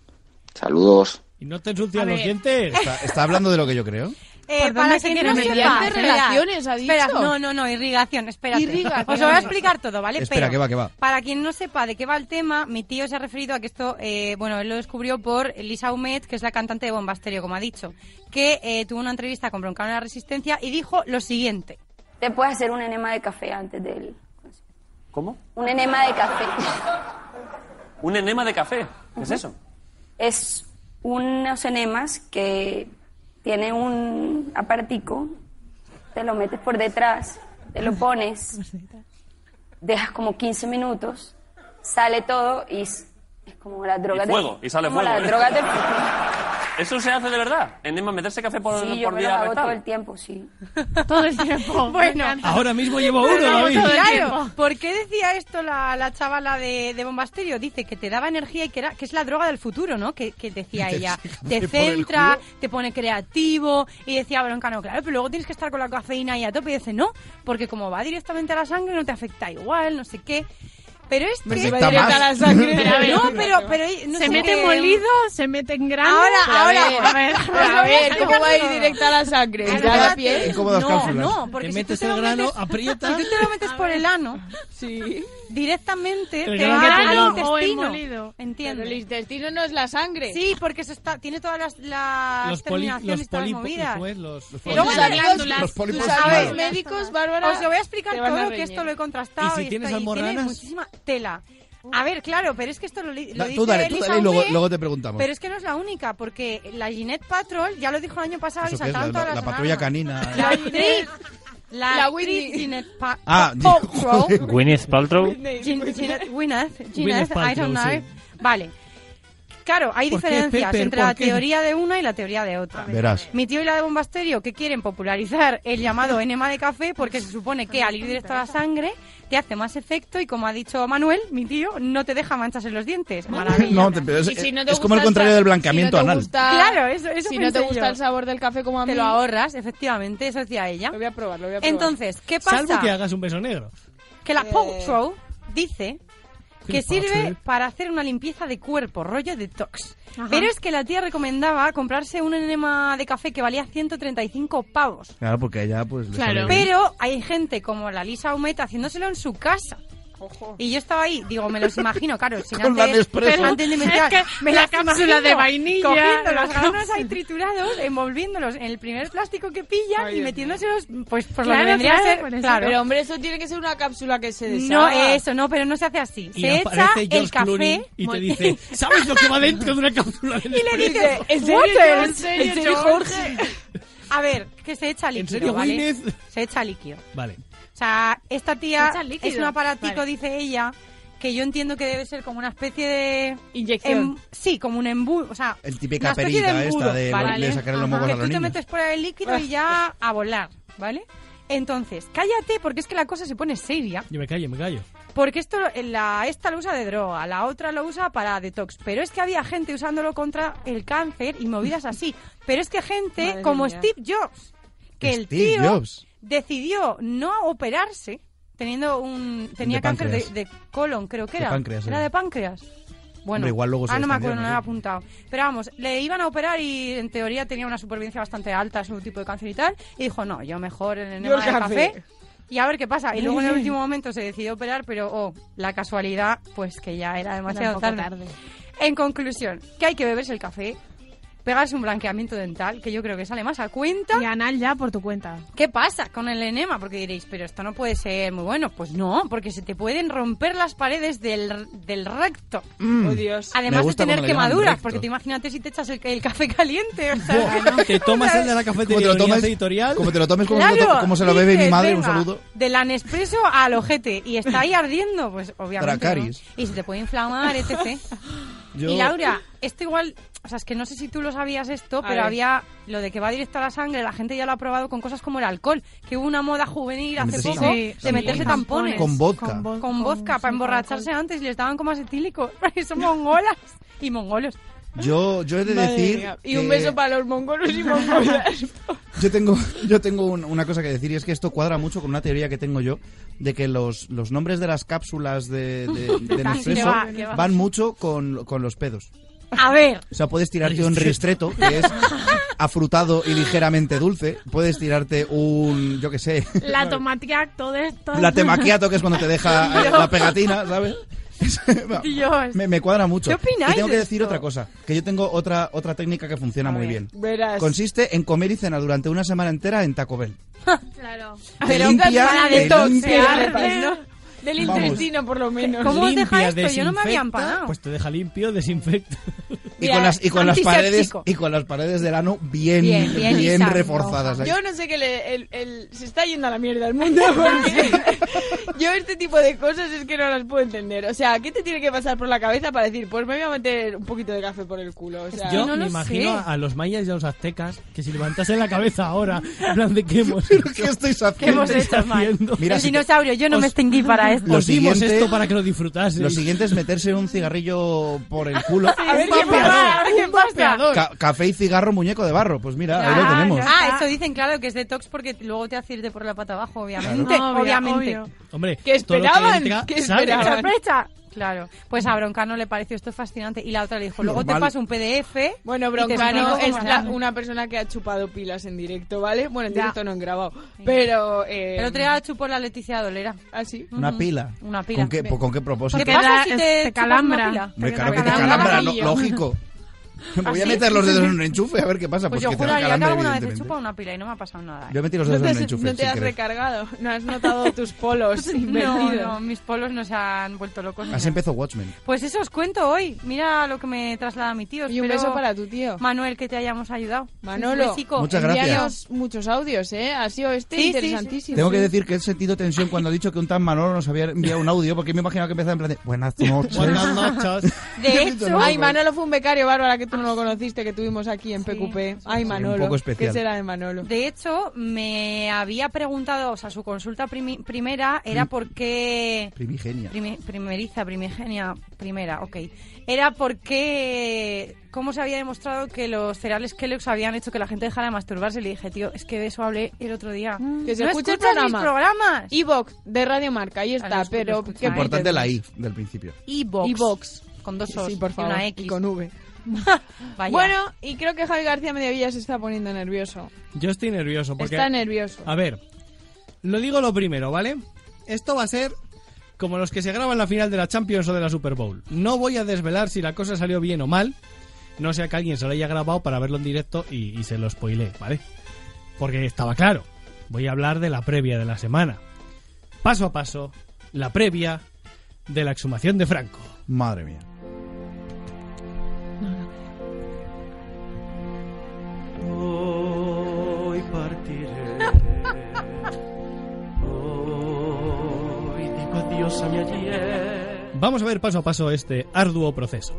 S16: Saludos.
S12: Y no te ensucian
S14: A
S12: los
S14: ver.
S12: dientes.
S1: Está, está hablando de lo que yo creo.
S15: Eh,
S14: ¿Por
S15: para
S14: dónde
S15: que
S14: se
S15: no
S14: quieren
S15: sepa,
S14: mediante
S15: espera,
S14: relaciones, ha
S15: espera,
S14: dicho?
S15: no, no, no, irrigación, espérate.
S14: Irrigación.
S15: Os lo voy a explicar todo, ¿vale?
S1: Espera,
S15: Pero,
S1: que va, que va.
S15: Para quien no sepa de qué va el tema, mi tío se ha referido a que esto, eh, bueno, él lo descubrió por Lisa Humet, que es la cantante de Bombasterio, como ha dicho, que eh, tuvo una entrevista con Broncano en la Resistencia y dijo lo siguiente.
S17: Te puedes hacer un enema de café antes del...
S18: ¿Cómo?
S17: Un enema de café
S18: Un enema de café. ¿Qué es eso?
S17: es unos enemas que tiene un aparatico, te lo metes por detrás, te lo pones, dejas como 15 minutos, sale todo y es, es como la droga de...
S18: fuego, y sale
S17: como
S18: fuego,
S17: la
S18: ¿eh?
S17: droga de...
S18: ¿Eso se hace de verdad? ¿Enema meterse café por,
S17: sí, yo
S18: por
S17: me lo
S18: vía
S17: hago
S18: rectal?
S17: todo el tiempo, sí.
S14: Todo el tiempo.
S15: Bueno.
S12: Ahora mismo llevo uno, David.
S15: Claro, ¿por qué decía esto la, la chavala de, de Bombasterio? Dice que te daba energía y que, era, que es la droga del futuro, ¿no? Que, que decía
S10: Te
S15: ella.
S10: saca
S15: Te
S10: por el
S15: centra, te pone creativo. Y decía Broncano, claro, pero luego tienes que estar con la cafeína y a tope. Y dice, no, porque como va directamente a la sangre no te afecta igual, no sé qué. Pero es
S14: Pero
S15: que...
S14: si va Afecta directo más. a la sangre.
S15: Pero a ver, no, pero... pero eh, no
S14: se
S15: sé
S14: mete
S15: qué-
S14: molido, se mete en grano.
S15: Ahora, ahora,
S14: A ver, a ver,
S10: A ver, ¿cómo va a ir
S14: explicarlo.
S10: directa a la sangre?
S14: Claro,
S10: ¿Ya la
S14: espérate.
S10: piel?
S1: Incómodas
S15: no,
S1: cápsulas.
S15: no, porque
S1: Te
S15: si
S1: metes
S15: tú te
S1: el
S15: lo
S1: grano,
S15: metes-
S1: aprieta.
S15: Si tú te lo metes por el ano, directamente
S1: El
S15: te
S1: grano
S15: va al
S1: natural.
S15: Ah, intestino.
S1: O el
S14: molido.
S15: ¿Entiendes?
S10: Pero el intestino no es la sangre.
S15: Sí, porque se está, tiene todas las, las
S12: Los poli-
S15: terminaciones,
S12: los
S15: todas las
S12: polipo-
S15: movidas.
S12: pues, los- los
S15: Y luego
S12: polipos.
S15: las
S12: Los
S15: glándulas.
S12: polipos
S15: Tus
S12: malos. A
S15: amigos
S12: ver,
S10: médicos, Bárbara,
S15: Os lo voy
S10: te
S15: a explicar
S10: van a
S15: todo, que
S10: reñir.
S15: esto lo he contrastado.
S1: ¿Y si
S15: esto-
S1: tienes
S15: tiene
S1: almorranas?
S15: muchísima tela. A ver, claro, pero es que esto lo, li- lo
S1: Da- tú
S15: dice
S1: dale, tú
S15: Lisa
S1: dale y luego-
S15: Humet,
S1: luego te preguntamos.
S15: Pero es que no es la única, porque la Ginette Patrol ya lo dijo el año pasado y
S1: ¿Eso qué es? La, la- la
S15: saltaron todas las
S1: patrulla
S15: alarmas.
S1: canina.
S15: La actriz. La,
S10: La
S15: actriz
S10: Whitney.
S15: Ginette Pa-
S1: Ah,
S15: Paltrow.
S4: Gwyneth Paltrow.
S15: Gin- Ginette, Gwyneth,
S4: Gwyneth
S15: Ginette, I don't
S4: Paltrow,
S15: know. Vale. Claro, hay
S1: ¿Por qué,
S15: diferencias
S1: Pepper?
S15: entre
S1: ¿Por
S15: la
S1: qué?
S15: teoría de una y la teoría de otra.
S1: Verás.
S15: Mi tío y la de Bombasterio que quieren popularizar el llamado enema de café porque se supone que al ir directo a la sangre te hace más efecto y como ha dicho Manuel, mi tío, no te deja manchas en los dientes. Maravilla.
S1: No, te- pero es, es como el contrario del blanqueamiento anal.
S15: Claro, eso, eso
S10: Si no te
S15: pensé
S10: gusta
S15: yo.
S10: el sabor del café como a mí.
S15: Te lo ahorras, efectivamente, eso decía ella. Lo voy a probar, lo voy a
S10: probar.
S15: Entonces, ¿qué pasa?
S12: Salvo que hagas un beso negro.
S15: que la
S1: Eh.
S15: Paltrow dice que
S12: ¿eh?
S15: sirve para hacer una limpieza de cuerpo, rollo detox.
S14: Ajá.
S15: Pero es que la tía recomendaba comprarse un enema de café que valía 135 pavos.
S1: Claro, porque allá pues. le sale bien.
S15: Pero hay gente como la Lisa Humet haciéndoselo en su casa. Y yo estaba ahí, digo, me los imagino, claro, sin
S1: Con la
S15: antes,
S1: Nespresso.
S15: pero antes de
S14: Es
S15: meter-
S14: que
S15: me
S14: la
S15: las
S14: cápsula
S15: imagino
S14: de vainilla,
S15: Cogiendo
S14: la
S15: los granos
S14: cápsula.
S15: ahí triturados, envolviéndolos en el primer plástico que pillan y metiéndoselos, pues por lo
S10: Claro,
S15: que vendría
S10: claro,
S15: a ser,
S10: por eso.
S15: claro.
S10: Pero hombre, eso tiene que ser una cápsula que se
S15: No,
S10: deshaga.
S15: eso, no, pero no se hace así.
S10: Y
S15: se echa
S10: aparece George
S15: el café
S10: Clooney
S12: Y te dice, ¿sabes lo que va dentro de una cápsula de
S15: Y le
S12: Nespresso?
S15: dices,
S10: ¿En serio,
S15: "Waters,
S10: ¿En serio,
S15: ¿en serio,
S10: George?"
S15: Jorge? A ver, que se echa líquido,
S12: serio,
S15: ¿vale?
S12: Gwyneth?
S15: Se echa líquido.
S12: Vale.
S15: O sea, esta
S10: Se
S15: tía
S10: echa líquido.
S15: es un aparatico,
S10: Vale.
S15: dice ella, que yo entiendo que debe ser como una especie de...
S10: Inyección.
S15: em- sí, como un embudo, o sea...
S1: El típica
S15: una especie
S1: perita
S15: de embudo,
S1: esta de-
S15: ¿vale?
S1: de sacar los
S15: Ajá.
S1: mocos a
S15: Que
S1: los
S15: tú te
S1: niños.
S15: metes por el líquido y ya a volar, ¿vale? Entonces, cállate, porque es que la cosa se pone seria.
S12: Yo me callo, me callo.
S15: Porque esto, eh, la, esta lo usa de droga, la otra lo usa para detox. Pero es que había gente usándolo contra el cáncer y movidas así. Pero es que gente
S10: Madre
S15: como
S10: mía.
S15: Steve Jobs, que el
S1: Steve
S15: tío
S1: Jobs.
S15: decidió no operarse teniendo un tenía
S1: De
S15: cáncer de,
S1: páncreas.
S15: de colon, creo que
S1: De
S15: era.
S1: páncreas
S15: era
S1: era.
S15: de páncreas. Bueno,
S1: Hombre, igual luego se
S15: ah, no me
S1: extendió,
S15: acuerdo, no
S1: ¿no?
S15: lo he apuntado. Pero vamos, le iban a operar y en teoría tenía una supervivencia bastante alta, su tipo de cáncer y tal. Y dijo, no, yo mejor en el
S10: Yo el
S15: enema de
S10: café.
S15: café y a ver qué pasa. Y luego en el último momento se decidió operar, pero oh, la casualidad, pues que ya era
S10: Era
S15: demasiado
S10: un poco
S15: tarde. En conclusión, que hay que beberse el café, pegarse un blanqueamiento dental, que yo creo que sale más a cuenta.
S14: Y anal ya por tu cuenta.
S15: ¿Qué pasa con el enema? Porque diréis, pero esto no puede ser muy bueno. Pues no, porque se te pueden romper las paredes del, del recto.
S12: Mm. Oh,
S10: Dios.
S15: Además
S12: Me
S15: de
S12: gusta
S15: tener
S12: cuando le llaman
S15: quemaduras,
S12: recto.
S15: porque te imagínate si te echas el, el café caliente. o sea,
S12: Te tomas el de
S1: Como
S12: la
S1: te
S12: cafetería
S1: lo tomes,
S12: editorial.
S1: como te lo tomes, como, se, lo to- como se lo bebe
S15: dices,
S1: mi madre, un
S15: venga,
S1: saludo.
S15: De la Nespresso al ojete. Y está ahí ardiendo, pues obviamente. ¿no?
S1: Dracaris.
S15: Y se te puede inflamar, etc.
S1: Yo-
S15: Y Laura, esto igual. O sea, es que no sé si tú lo sabías esto,
S10: A
S15: pero
S10: ver.
S15: había lo de que va directo a la sangre. La gente ya lo ha probado con cosas como el alcohol. Que hubo una moda juvenil hace
S1: meterse
S15: poco
S1: tam-
S15: de
S1: tampones.
S15: meterse tampones.
S1: Con vodka.
S15: Con, vodka, para emborracharse antes y les daban como acetílico. Son mongolas y mongolos.
S1: Yo, yo he de
S10: Madre
S1: decir.
S10: mía. Y un
S1: que-
S10: beso para los mongolos y mongolas.
S1: Yo tengo, yo tengo un- una cosa que decir y es que esto cuadra mucho con una teoría que tengo yo de que los, los nombres de las cápsulas de, de, de
S15: Que
S1: Nespresso
S15: va, que va.
S1: van mucho con, con los pedos.
S10: A ver.
S1: O sea, puedes tirarte un ristreto, que es afrutado y ligeramente dulce. Puedes tirarte un, yo qué sé,
S14: La tomatea, todo esto.
S1: la temaquiato, que es cuando te deja eh, la pegatina, ¿sabes?
S14: Dios.
S1: Me, me cuadra mucho.
S14: ¿Qué opináis
S1: y tengo que
S14: de
S1: decir
S14: esto?
S1: otra cosa, que yo tengo otra, otra técnica que funciona muy bien.
S10: Verás.
S1: Consiste en comer y cenar durante una semana entera en Taco Bell.
S14: Claro.
S1: Te limpia,
S10: para
S1: te
S10: detoxear,
S1: limpia.
S10: ¿no? Del
S1: Vamos.
S10: intestino, por lo menos.
S15: ¿Cómo os deja
S12: Limpia,
S15: esto? Yo no me había
S12: desinfecta,
S15: empanado.
S12: Pues te deja limpio, desinfecta.
S1: Y con las, y con las paredes
S10: Antiséptico.
S1: y con las paredes del ano bien,
S10: Bien,
S1: bien,
S10: bien lisas,
S1: reforzadas. ahí.
S10: Yo no sé que le- el- el- se está yendo a la mierda el mundo. porque yo este tipo de cosas es que no las puedo entender. O sea, ¿qué te tiene que pasar por la cabeza para decir, pues me voy a meter un poquito de café por el culo? O sea,
S12: Yo me imagino a los mayas y a los aztecas que si levantasen la cabeza ahora, en plan de qué hemos
S1: ¿Qué estáis haciendo?
S15: ¿Qué hemos hecho mal? el dinosaurio, yo no me extinguí para esto.
S12: Os dimos
S1: siguiente-
S12: esto para que lo disfrutaseis.
S1: Lo siguiente es meterse un cigarrillo por el culo.
S15: A ver qué pasa, a ver qué pasa.
S1: Ca- café y cigarro, muñeco de barro. Pues mira, ahí lo
S15: Ah,
S1: tenemos.
S15: Ah, eso dicen, claro, que es detox porque luego te hace irte por la pata abajo, obviamente.
S14: Claro. Obvio,
S15: obviamente.
S14: obvio.
S12: Hombre,
S15: ¿Qué
S12: todo lo que
S15: esperaban?
S12: entra,
S15: ¿Qué
S12: sale.
S15: esperaban? Claro. Pues a Broncano le pareció esto fascinante. Y la otra le dijo, luego te
S12: Normal.
S15: paso un PDF.
S10: Bueno,
S15: y te
S10: Broncano
S15: explico
S10: es
S15: cómo
S10: la-
S15: hacerlo.
S10: una persona que ha chupado pilas en directo, ¿vale? Bueno, en
S15: Ya.
S10: directo no en grabado. Pero. eh,
S15: El otro día la chupó la Leticia Dolera.
S10: ¿Ah, sí?
S1: Una pila.
S15: Una pila.
S1: ¿Con qué,
S15: Bien.
S1: ¿Con qué propósito?
S15: ¿Qué pasa si te,
S14: te
S15: chupas una
S14: calambra.
S15: pila?
S1: Hombre,
S14: Te
S1: claro que te
S14: calambra el
S1: calambra, lo-
S14: tobillo.
S1: lógico. Me voy
S15: ¿Ah,
S1: a
S15: sí?
S1: meter los dedos en un enchufe a ver qué pasa. Pues,
S15: Pues, yo
S1: que te
S15: juraría que
S1: calambra,
S15: alguna vez he
S1: evidentemente.
S15: chupado una pila y no me ha pasado nada. ¿eh?
S1: Yo metí los
S10: No
S1: dedos
S10: te,
S1: en
S10: has,
S1: un enchufe.
S10: no te
S1: sin
S10: has
S1: querer.
S10: recargado, no has notado tus polos
S15: No,
S10: invertidos.
S15: no, mis polos no se han vuelto locos. ni
S1: Así
S15: nada.
S1: empezó Watchmen.
S15: Pues eso os cuento hoy. Mira lo que me traslada mi tío.
S10: Y un
S15: Espero,
S10: beso para tu tío.
S15: Manuel, que te hayamos ayudado.
S10: Manolo,
S15: Un besico.
S1: Muchas gracias.
S10: envíanos muchos audios, ¿eh? Ha sido este
S15: Sí, sí,
S10: interesantísimo.
S1: Tengo que decir que he sentido tensión cuando ha dicho que un tan Manolo nos había enviado un audio porque me imaginaba que empezaba en plan de buenas noches.
S12: Buenas noches.
S1: Yo
S10: De
S1: he dicho,
S10: hecho,
S1: no,
S10: ay,
S1: no.
S10: Manolo fue un becario bárbara que tú no lo conociste, que tuvimos aquí en PQP. Ay,
S1: un
S10: Manolo.
S1: poco especial.
S10: ¿Qué será de Manolo?
S15: De hecho, me había preguntado, o sea, su consulta primi- primera era
S1: Prim-
S15: por qué...
S1: Primigenia.
S15: Primi- primeriza, primigenia, primera, ok. Era porque cómo se había demostrado que los cereales Kellogg's habían hecho que la gente dejara de masturbarse. Le dije, tío, es que de eso hablé el otro día.
S10: Mm. Que se
S15: ¿No
S10: escuche el
S15: escuchas
S10: programa.
S15: mis programas?
S10: Evox, de Radio Marca, ahí
S15: Ah, lo
S10: está,
S15: escucho,
S10: pero...
S15: escucho.
S10: ¿qué
S1: Importante
S10: metes?
S1: la I del principio.
S15: Evox.
S10: Evox.
S15: Con dos O's
S10: Sí, por favor,
S15: y una X.
S10: y con V.
S15: Vaya.
S10: Bueno, y creo que Javi García Mediavilla se está poniendo nervioso.
S12: Yo estoy nervioso porque...
S10: Está nervioso.
S1: Ah,
S12: A ver, lo digo lo primero, ¿vale? Esto va a ser como los que se graban la final de la Champions o de la Super Bowl. No voy a desvelar si la cosa salió bien o mal, no sea que alguien se lo haya grabado para verlo en directo y, y se lo spoilé, ¿vale? Porque estaba claro. Voy a hablar de la previa de la semana. Paso a paso, la previa de la exhumación de Franco.
S1: Madre mía.
S3: Hoy partiré. Hoy digo adiós a mi ayer.
S12: Vamos a ver paso a paso este arduo proceso.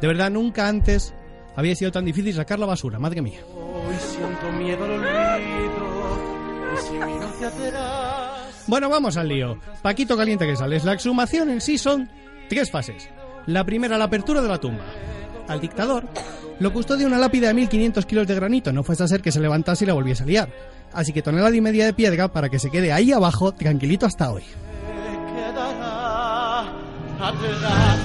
S12: De verdad, nunca antes había sido tan difícil sacar la basura, madre mía.
S3: Hoy siento miedo al olvido. Y si miro hacia atrás.
S12: Bueno, vamos al lío. Paquito caliente que sales. La exhumación en sí son tres fases. La primera, la apertura de la tumba. Al dictador lo custodia una lápida de 1500 kilos de granito, no fuese a ser que se levantase y la volviese a liar. Así que tonelada y media de piedra para que se quede ahí abajo, tranquilito hasta hoy.
S3: quedará atrás.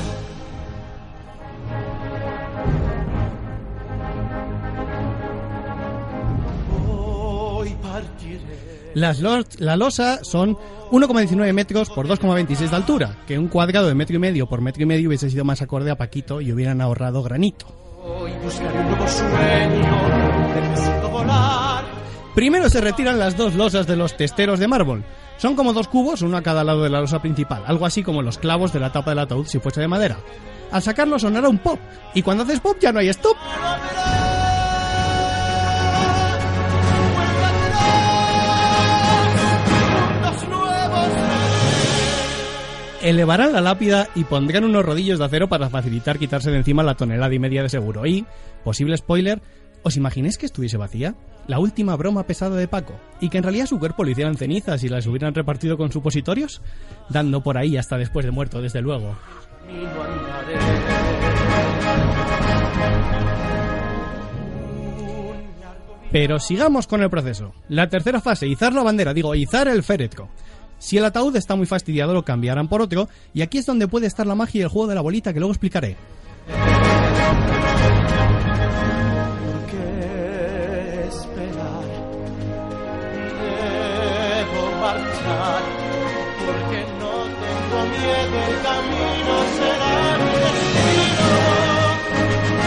S3: Hoy partiré.
S12: Las lo- la losa son 1,19 metros por 2,26 de altura, que un cuadrado de metro y medio por metro y medio hubiese sido más acorde a Paquito y hubieran ahorrado granito.
S3: Hoy buscaré un nuevo sueño. Necesito volar.
S12: Primero se retiran las dos losas de los testeros de mármol. Son como dos cubos, uno a cada lado de la losa principal, algo así como los clavos de la tapa del ataúd si fuese de madera. Al sacarlo sonará un pop, y cuando haces pop ya no hay stop.
S3: Los nuevos.
S12: Elevarán la lápida y pondrán unos rodillos de acero para facilitar quitarse de encima la tonelada y media de seguro. Y, posible spoiler, ¿os imagináis que estuviese vacía? La última broma pesada de Paco, y que en realidad su cuerpo lo hicieran cenizas y las hubieran repartido con supositorios, dando por ahí hasta después de muerto, desde luego.
S3: Y no andaré.
S12: Pero sigamos con el proceso. La tercera fase, izar la bandera, digo, izar el féretro. Si el ataúd está muy fastidiado, lo cambiarán por otro, y aquí es donde puede estar la magia y el juego de la bolita que luego explicaré.
S3: marchar, porque no tengo miedo, el camino será mi destino.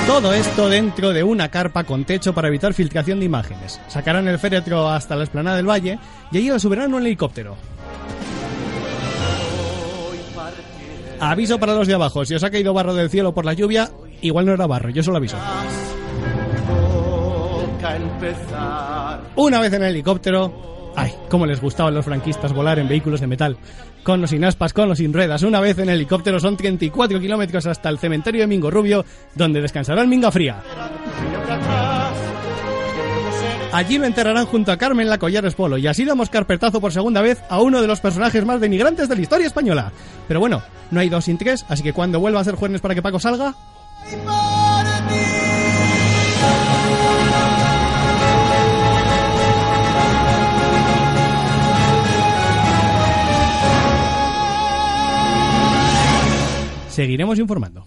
S12: Todo esto dentro de una carpa con techo para evitar filtración de imágenes. Sacarán el féretro hasta la esplanada del valle y allí lo subirán en un helicóptero. Aviso para los de abajo, si os ha caído barro del cielo por la lluvia, igual no era barro, yo solo aviso.
S3: Toca empezar.
S12: Una vez en el helicóptero, ay, cómo les gustaba a los franquistas volar en vehículos de metal. Con los sin aspas, con los sin ruedas. Una vez en helicóptero son 34 kilómetros hasta el cementerio de Mingo Rubio, donde descansará el Minga Fría. Allí lo enterrarán junto a Carmen la Collares Polo y así damos carpetazo por segunda vez a uno de los personajes más denigrantes de la historia española. Pero bueno, no hay dos sin tres, así que cuando vuelva a ser jueves para que Paco salga... Seguiremos informando.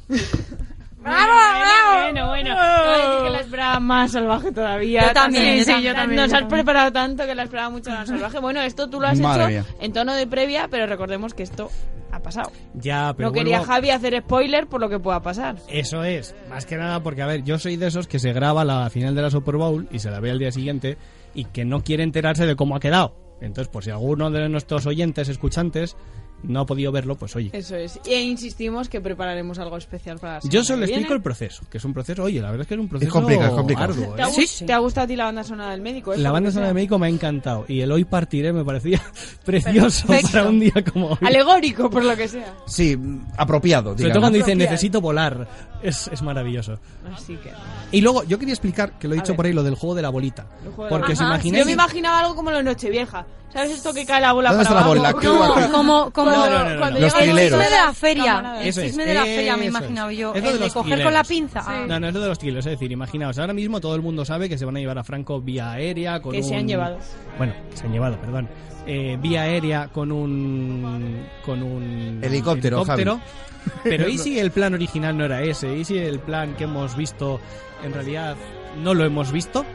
S10: ¡Bravo, bravo! Bueno, bueno.
S14: Ay,
S10: que la esperaba más salvaje todavía.
S14: Yo también,
S10: sí,
S14: yo
S10: yo
S14: también,
S10: también. Nos
S14: yo
S10: has
S14: también.
S10: preparado tanto que la esperaba mucho más salvaje. Bueno, esto tú lo has
S12: Madre
S10: hecho
S12: mía.
S10: en tono de previa, pero recordemos que esto ha pasado.
S12: Ya, pero
S10: no quería
S12: vuelvo-
S10: Javi hacer spoiler por lo que pueda pasar.
S12: Eso es, más que nada porque, a ver, yo soy de esos que se graba la final de la Super Bowl y se la ve al día siguiente y que no quiere enterarse de cómo ha quedado. Entonces, por si alguno de nuestros oyentes, escuchantes, no ha podido verlo, pues oye.
S10: Eso es. E insistimos que prepararemos algo especial para la
S12: Yo
S10: semana
S12: solo
S10: que
S12: explico
S10: viene.
S12: el proceso, que es un proceso, oye, la verdad es que es un proceso
S1: complicado, es complicado.
S12: arduo.
S10: ¿Te
S12: ¿eh?
S10: ha, gust- te ha gustado a ti la banda sonora del médico? eh?
S12: La
S10: Por
S12: banda
S10: lo que
S12: sonora de
S10: sea.
S12: médico me ha encantado y el hoy partiré me parecía precioso
S10: Perfecto.
S12: para un día como hoy.
S10: Alegórico, por lo que sea.
S1: Sí, apropiado.
S12: Sobre
S1: digamos.
S12: todo cuando dice
S10: Apropiado.
S12: necesito volar, es, es maravilloso.
S10: Así que.
S12: Y luego, yo quería explicar, que lo he
S10: A
S12: dicho
S10: ver.
S12: por ahí, lo del juego de la bolita.
S10: el juego de
S12: Porque
S10: la-
S12: os
S10: Ajá,
S12: imagináis...
S10: Yo me imaginaba algo como la Nochevieja. ¿Sabes esto que cae la bola
S12: ¿Dónde
S10: para
S12: está la
S10: abajo?
S12: bola?
S10: No,
S12: ¿Qué?
S10: como, como
S12: No, no, no, no,
S10: cuando
S12: no. Los
S10: llega el
S12: trileros.
S10: chisme
S2: de la feria.
S10: Camarada.
S2: El
S12: Eso
S2: chisme
S12: es,
S2: de la feria, me he
S12: eso
S2: imaginado
S12: es.
S2: yo.
S12: Es lo de
S2: El de coger
S12: los
S2: con
S12: trileros.
S2: la pinza. Ah.
S12: No, no es lo de los kilos, es decir, imaginaos, ahora mismo todo el mundo sabe que se van a llevar a Franco vía aérea con
S10: Que se
S12: un-
S10: han llevado.
S12: Bueno, que se han llevado, perdón. Eh, vía aérea con un... con un...
S1: Helicóptero,
S12: helicóptero.
S1: Javi.
S12: Pero ¿y si el plan original no era ese? ¿Y si el plan que hemos visto en realidad no lo hemos visto?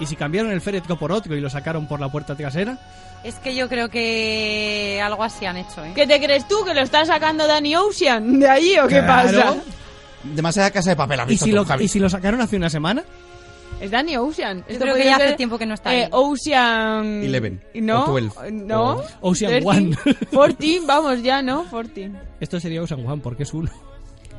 S12: ¿Y si cambiaron el féretro por otro y lo sacaron por la puerta trasera?
S15: Es que yo creo que algo así han hecho, ¿eh?
S10: ¿Qué te crees tú? ¿Que lo está sacando Danny Ocean de ahí o qué
S12: Claro.
S10: pasa?
S1: Demasiada casa de papel, ha
S12: ¿Y
S1: visto
S12: si,
S1: tú,
S12: lo,
S1: Javi.
S12: ¿Y si lo sacaron hace una semana?
S10: Es Danny Ocean. Esto
S15: creo que
S10: podría
S15: ya hace
S10: ser,
S15: tiempo que no está
S10: eh,
S15: ahí.
S10: Ocean.
S12: Eleven,
S10: ¿No?
S12: o twelve,
S10: ¿No?
S12: o Ocean
S10: 13,
S12: One.
S10: 14, vamos ya, ¿no? 14.
S12: Esto sería San Juan porque es uno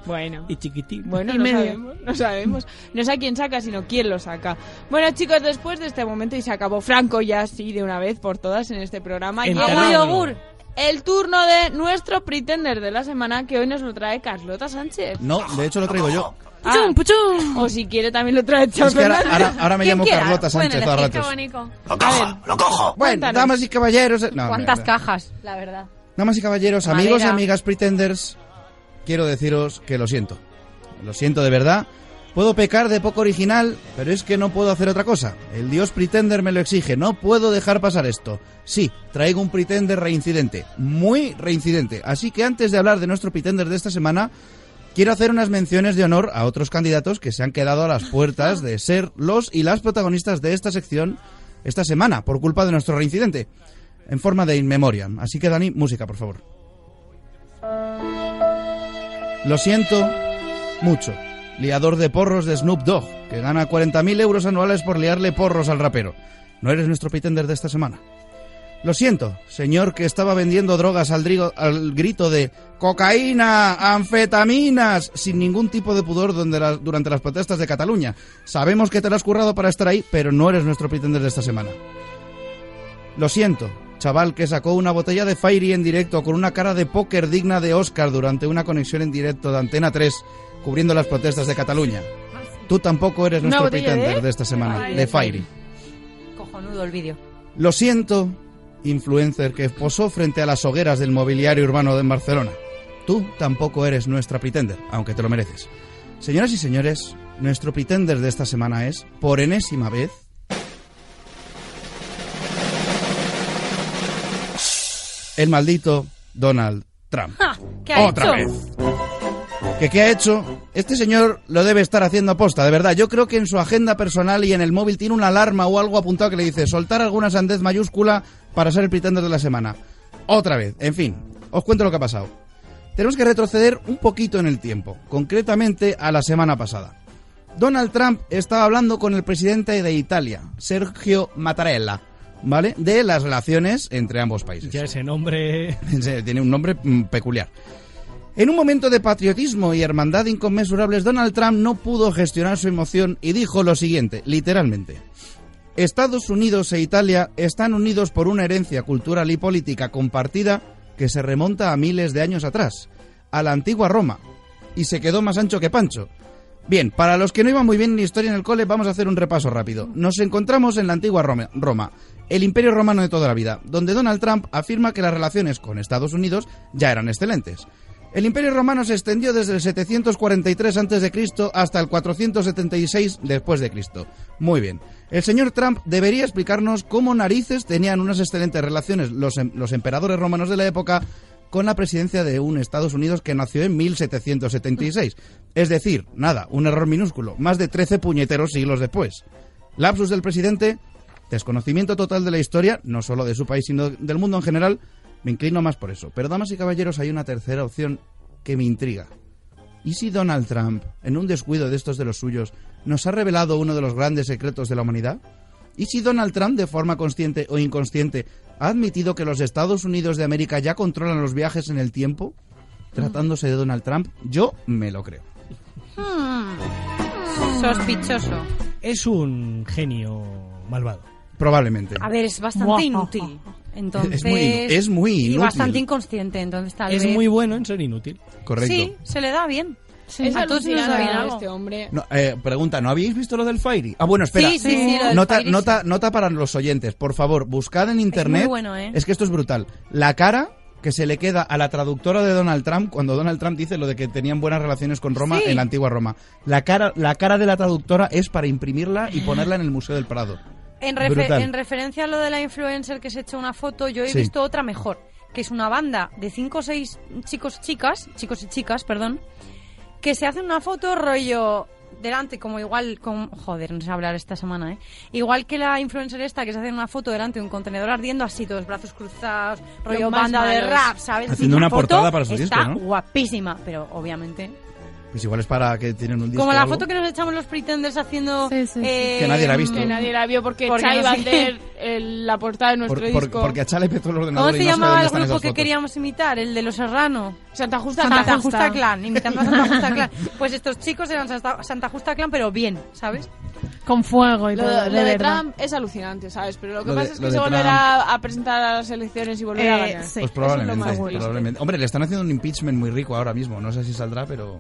S10: Bueno.
S12: y chiquitín.
S10: Bueno,
S14: Y
S10: no
S14: medio.
S10: sabemos, no sabemos. No sé a quién saca, sino quién lo saca. Bueno, chicos, después de este momento y se acabó Franco ya así de una vez por todas en este programa.
S12: En
S10: llega
S12: Canal
S10: yogur.
S12: Uno.
S10: El turno de nuestro pretender de la semana que hoy nos lo trae Carlota Sánchez.
S1: No, de hecho lo traigo yo.
S10: ¡Puchum, puchum! O si quiere también lo trae Chao
S1: Es que ahora,
S10: Fernández.
S1: ahora- ahora me llamo Carlota Sánchez a ratos.
S7: Lo cojo, lo cojo.
S1: Bueno,
S10: Cuéntanos.
S1: damas y caballeros. eh,
S12: Ah,
S1: no,
S15: ¿Cuántas
S1: mira, mira.
S15: cajas? La verdad.
S1: Damas y caballeros, amigos y
S15: Madera.
S1: amigas pretenders, quiero deciros que lo siento. Lo siento de verdad. Puedo pecar de poco original, pero es que no puedo hacer otra cosa. El dios pretender me lo exige. No puedo dejar pasar esto. Sí, traigo un pretender reincidente. Muy reincidente. Así que antes de hablar de nuestro pretender de esta semana, quiero hacer unas menciones de honor a otros candidatos que se han quedado a las puertas de ser los y las protagonistas de esta sección esta semana, por culpa de nuestro reincidente. En forma de in memoriam. Así que Dani, música, por favor. Lo siento mucho. Liador de porros de Snoop Dogg, que gana 40.000 euros anuales por liarle porros al rapero. No eres nuestro pretender de esta semana. Lo siento, señor que estaba vendiendo drogas al, drigo- al grito de cocaína, anfetaminas, sin ningún tipo de pudor donde las- durante las protestas de Cataluña. Sabemos que te lo has currado para estar ahí, pero no eres nuestro pretender de esta semana. Lo siento, chaval que sacó una botella de Fairy en directo con una cara de póker digna de Oscar durante una conexión en directo de Antena 3 cubriendo las protestas de Cataluña. Tú tampoco eres
S15: Ah, Una
S1: nuestro
S15: botella de-
S1: pretender de esta semana,
S15: Ay,
S1: de
S15: de
S1: Fairy.
S15: Cojonudo el vídeo.
S1: Lo siento, influencer que posó frente a las hogueras del mobiliario urbano de Barcelona. Tú tampoco eres nuestra pretender, aunque te lo mereces. Señoras y señores, nuestro pretender de esta semana es, por enésima vez, el maldito Donald Trump.
S15: Ah, ¿Qué ha
S1: Otra
S15: hecho?
S1: vez. que qué ha hecho. Este señor lo debe estar haciendo aposta, de verdad. Yo creo que en su agenda personal y en el móvil tiene una alarma o algo apuntado que le dice soltar alguna sandez mayúscula para ser el pretender de la semana. Otra vez, en fin, os cuento lo que ha pasado. Tenemos que retroceder un poquito en el tiempo, concretamente a la semana pasada. Donald Trump estaba hablando con el presidente de Italia, Sergio Mattarella, ¿vale? De las relaciones entre ambos países.
S12: Ya ese nombre...
S1: Tiene un nombre mm, peculiar. En un momento de patriotismo y hermandad inconmensurables, Donald Trump no pudo gestionar su emoción y dijo lo siguiente, literalmente. Estados Unidos e Italia están unidos por una herencia cultural y política compartida que se remonta a miles de años atrás, a la antigua Roma, y se quedó más ancho que Pancho. Bien, para los que no iban muy bien en historia en el cole, vamos a hacer un repaso rápido. Nos encontramos en la antigua Rome- Roma, el imperio romano de toda la vida, donde Donald Trump afirma que las relaciones con Estados Unidos ya eran excelentes. El imperio romano se extendió desde el 743 a.C. hasta el 476 después de Cristo. Muy bien. El señor Trump debería explicarnos cómo narices tenían unas excelentes relaciones los, em- los emperadores romanos de la época con la presidencia de un Estados Unidos que nació en 1776. Es decir, nada, un error minúsculo, más de 13 puñeteros siglos después. Lapsus del presidente, desconocimiento total de la historia, no solo de su país, sino del mundo en general, me inclino más por eso. Pero, damas y caballeros, hay una tercera opción que me intriga. ¿Y si Donald Trump, en un descuido de estos de los suyos, nos ha revelado uno de los grandes secretos de la humanidad? ¿Y si Donald Trump, de forma consciente o inconsciente, ha admitido que los Estados Unidos de América ya controlan los viajes en el tiempo? Tratándose de Donald Trump, yo me lo creo.
S15: Sospechoso.
S12: Es un genio malvado.
S1: Probablemente.
S15: A ver, es bastante inútil. Entonces,
S12: Es muy inu- es muy
S15: Y
S12: inútil.
S15: bastante inconsciente, entonces tal
S12: Es
S15: vez.
S12: muy bueno en ser inútil.
S1: Correcto.
S15: Sí, se le da bien.
S10: Es
S15: a todos se nos da bien
S10: alucinante
S15: algo.
S10: este hombre.
S1: No, eh, pregunta, ¿no habéis visto lo del Fairy? Ah, bueno, espera.
S15: Sí, sí, sí, lo del
S1: nota,
S15: Fairy, sí.
S1: nota, nota para los oyentes, por favor, buscad en internet.
S15: muy bueno, ¿eh?
S1: Es que esto es brutal. La cara que se le queda a la traductora de Donald Trump cuando Donald Trump dice lo de que tenían buenas relaciones con Roma
S15: Sí.
S1: en la antigua Roma. La cara, la cara de la traductora es para imprimirla y ponerla en el Museo del Prado.
S15: En, refe-
S1: Brutal.
S15: en referencia a lo de la influencer que se echó una foto, yo he
S1: Sí.
S15: visto otra mejor, que es una banda de cinco o seis chicos y chicas, chicos y chicas, perdón, que se hacen una foto rollo delante, como igual, con, joder, no sé hablar esta semana, ¿eh? Igual que la influencer esta que se hace una foto delante de un contenedor ardiendo así, todos brazos cruzados, rollo
S10: más
S15: banda de
S10: malos.
S15: rap, ¿sabes?
S1: Haciendo
S15: La
S1: una
S15: foto
S1: portada para su
S15: está
S1: disco, ¿no?
S15: guapísima, pero obviamente...
S1: Pues igual es para que tienen un disco
S15: Como
S1: o
S15: la
S1: algo.
S15: foto que nos echamos los pretenders haciendo... eh,
S1: Que nadie la ha visto.
S14: Que nadie la vio porque,
S15: Porque
S14: Chai
S15: no
S14: va a
S15: sé.
S14: hacer el- la portada de
S1: Por-
S14: nuestro
S1: por-
S14: disco.
S1: porque a Chale petó el ordenador
S15: ¿Cómo
S1: y no
S15: se
S1: sé
S15: llamaba
S1: dónde
S15: el
S1: están
S15: grupo
S1: esas
S15: que
S1: fotos.
S15: queríamos imitar? El de los Serrano.
S14: Santa Justa
S15: Santa
S14: Clan.
S15: Justa Clan. Imitando a Santa Justa Clan. Pues estos chicos eran Santa, Santa Justa Clan, pero bien, ¿sabes?
S14: Con fuego y
S10: Lo,
S14: todo.
S10: lo
S14: de
S10: de
S14: verdad.
S10: Trump es alucinante, ¿sabes? Pero lo que
S1: Lo de-
S10: pasa es
S1: lo
S10: que
S1: de
S10: se
S1: Trump.
S10: volverá a presentar a las elecciones y volverá a
S14: Eh,
S10: ganar.
S14: sí.
S1: Pues
S14: Eso
S1: probablemente,
S10: es lo más triste.
S1: probablemente. Hombre, le están haciendo un impeachment muy rico ahora mismo. No sé si saldrá, pero.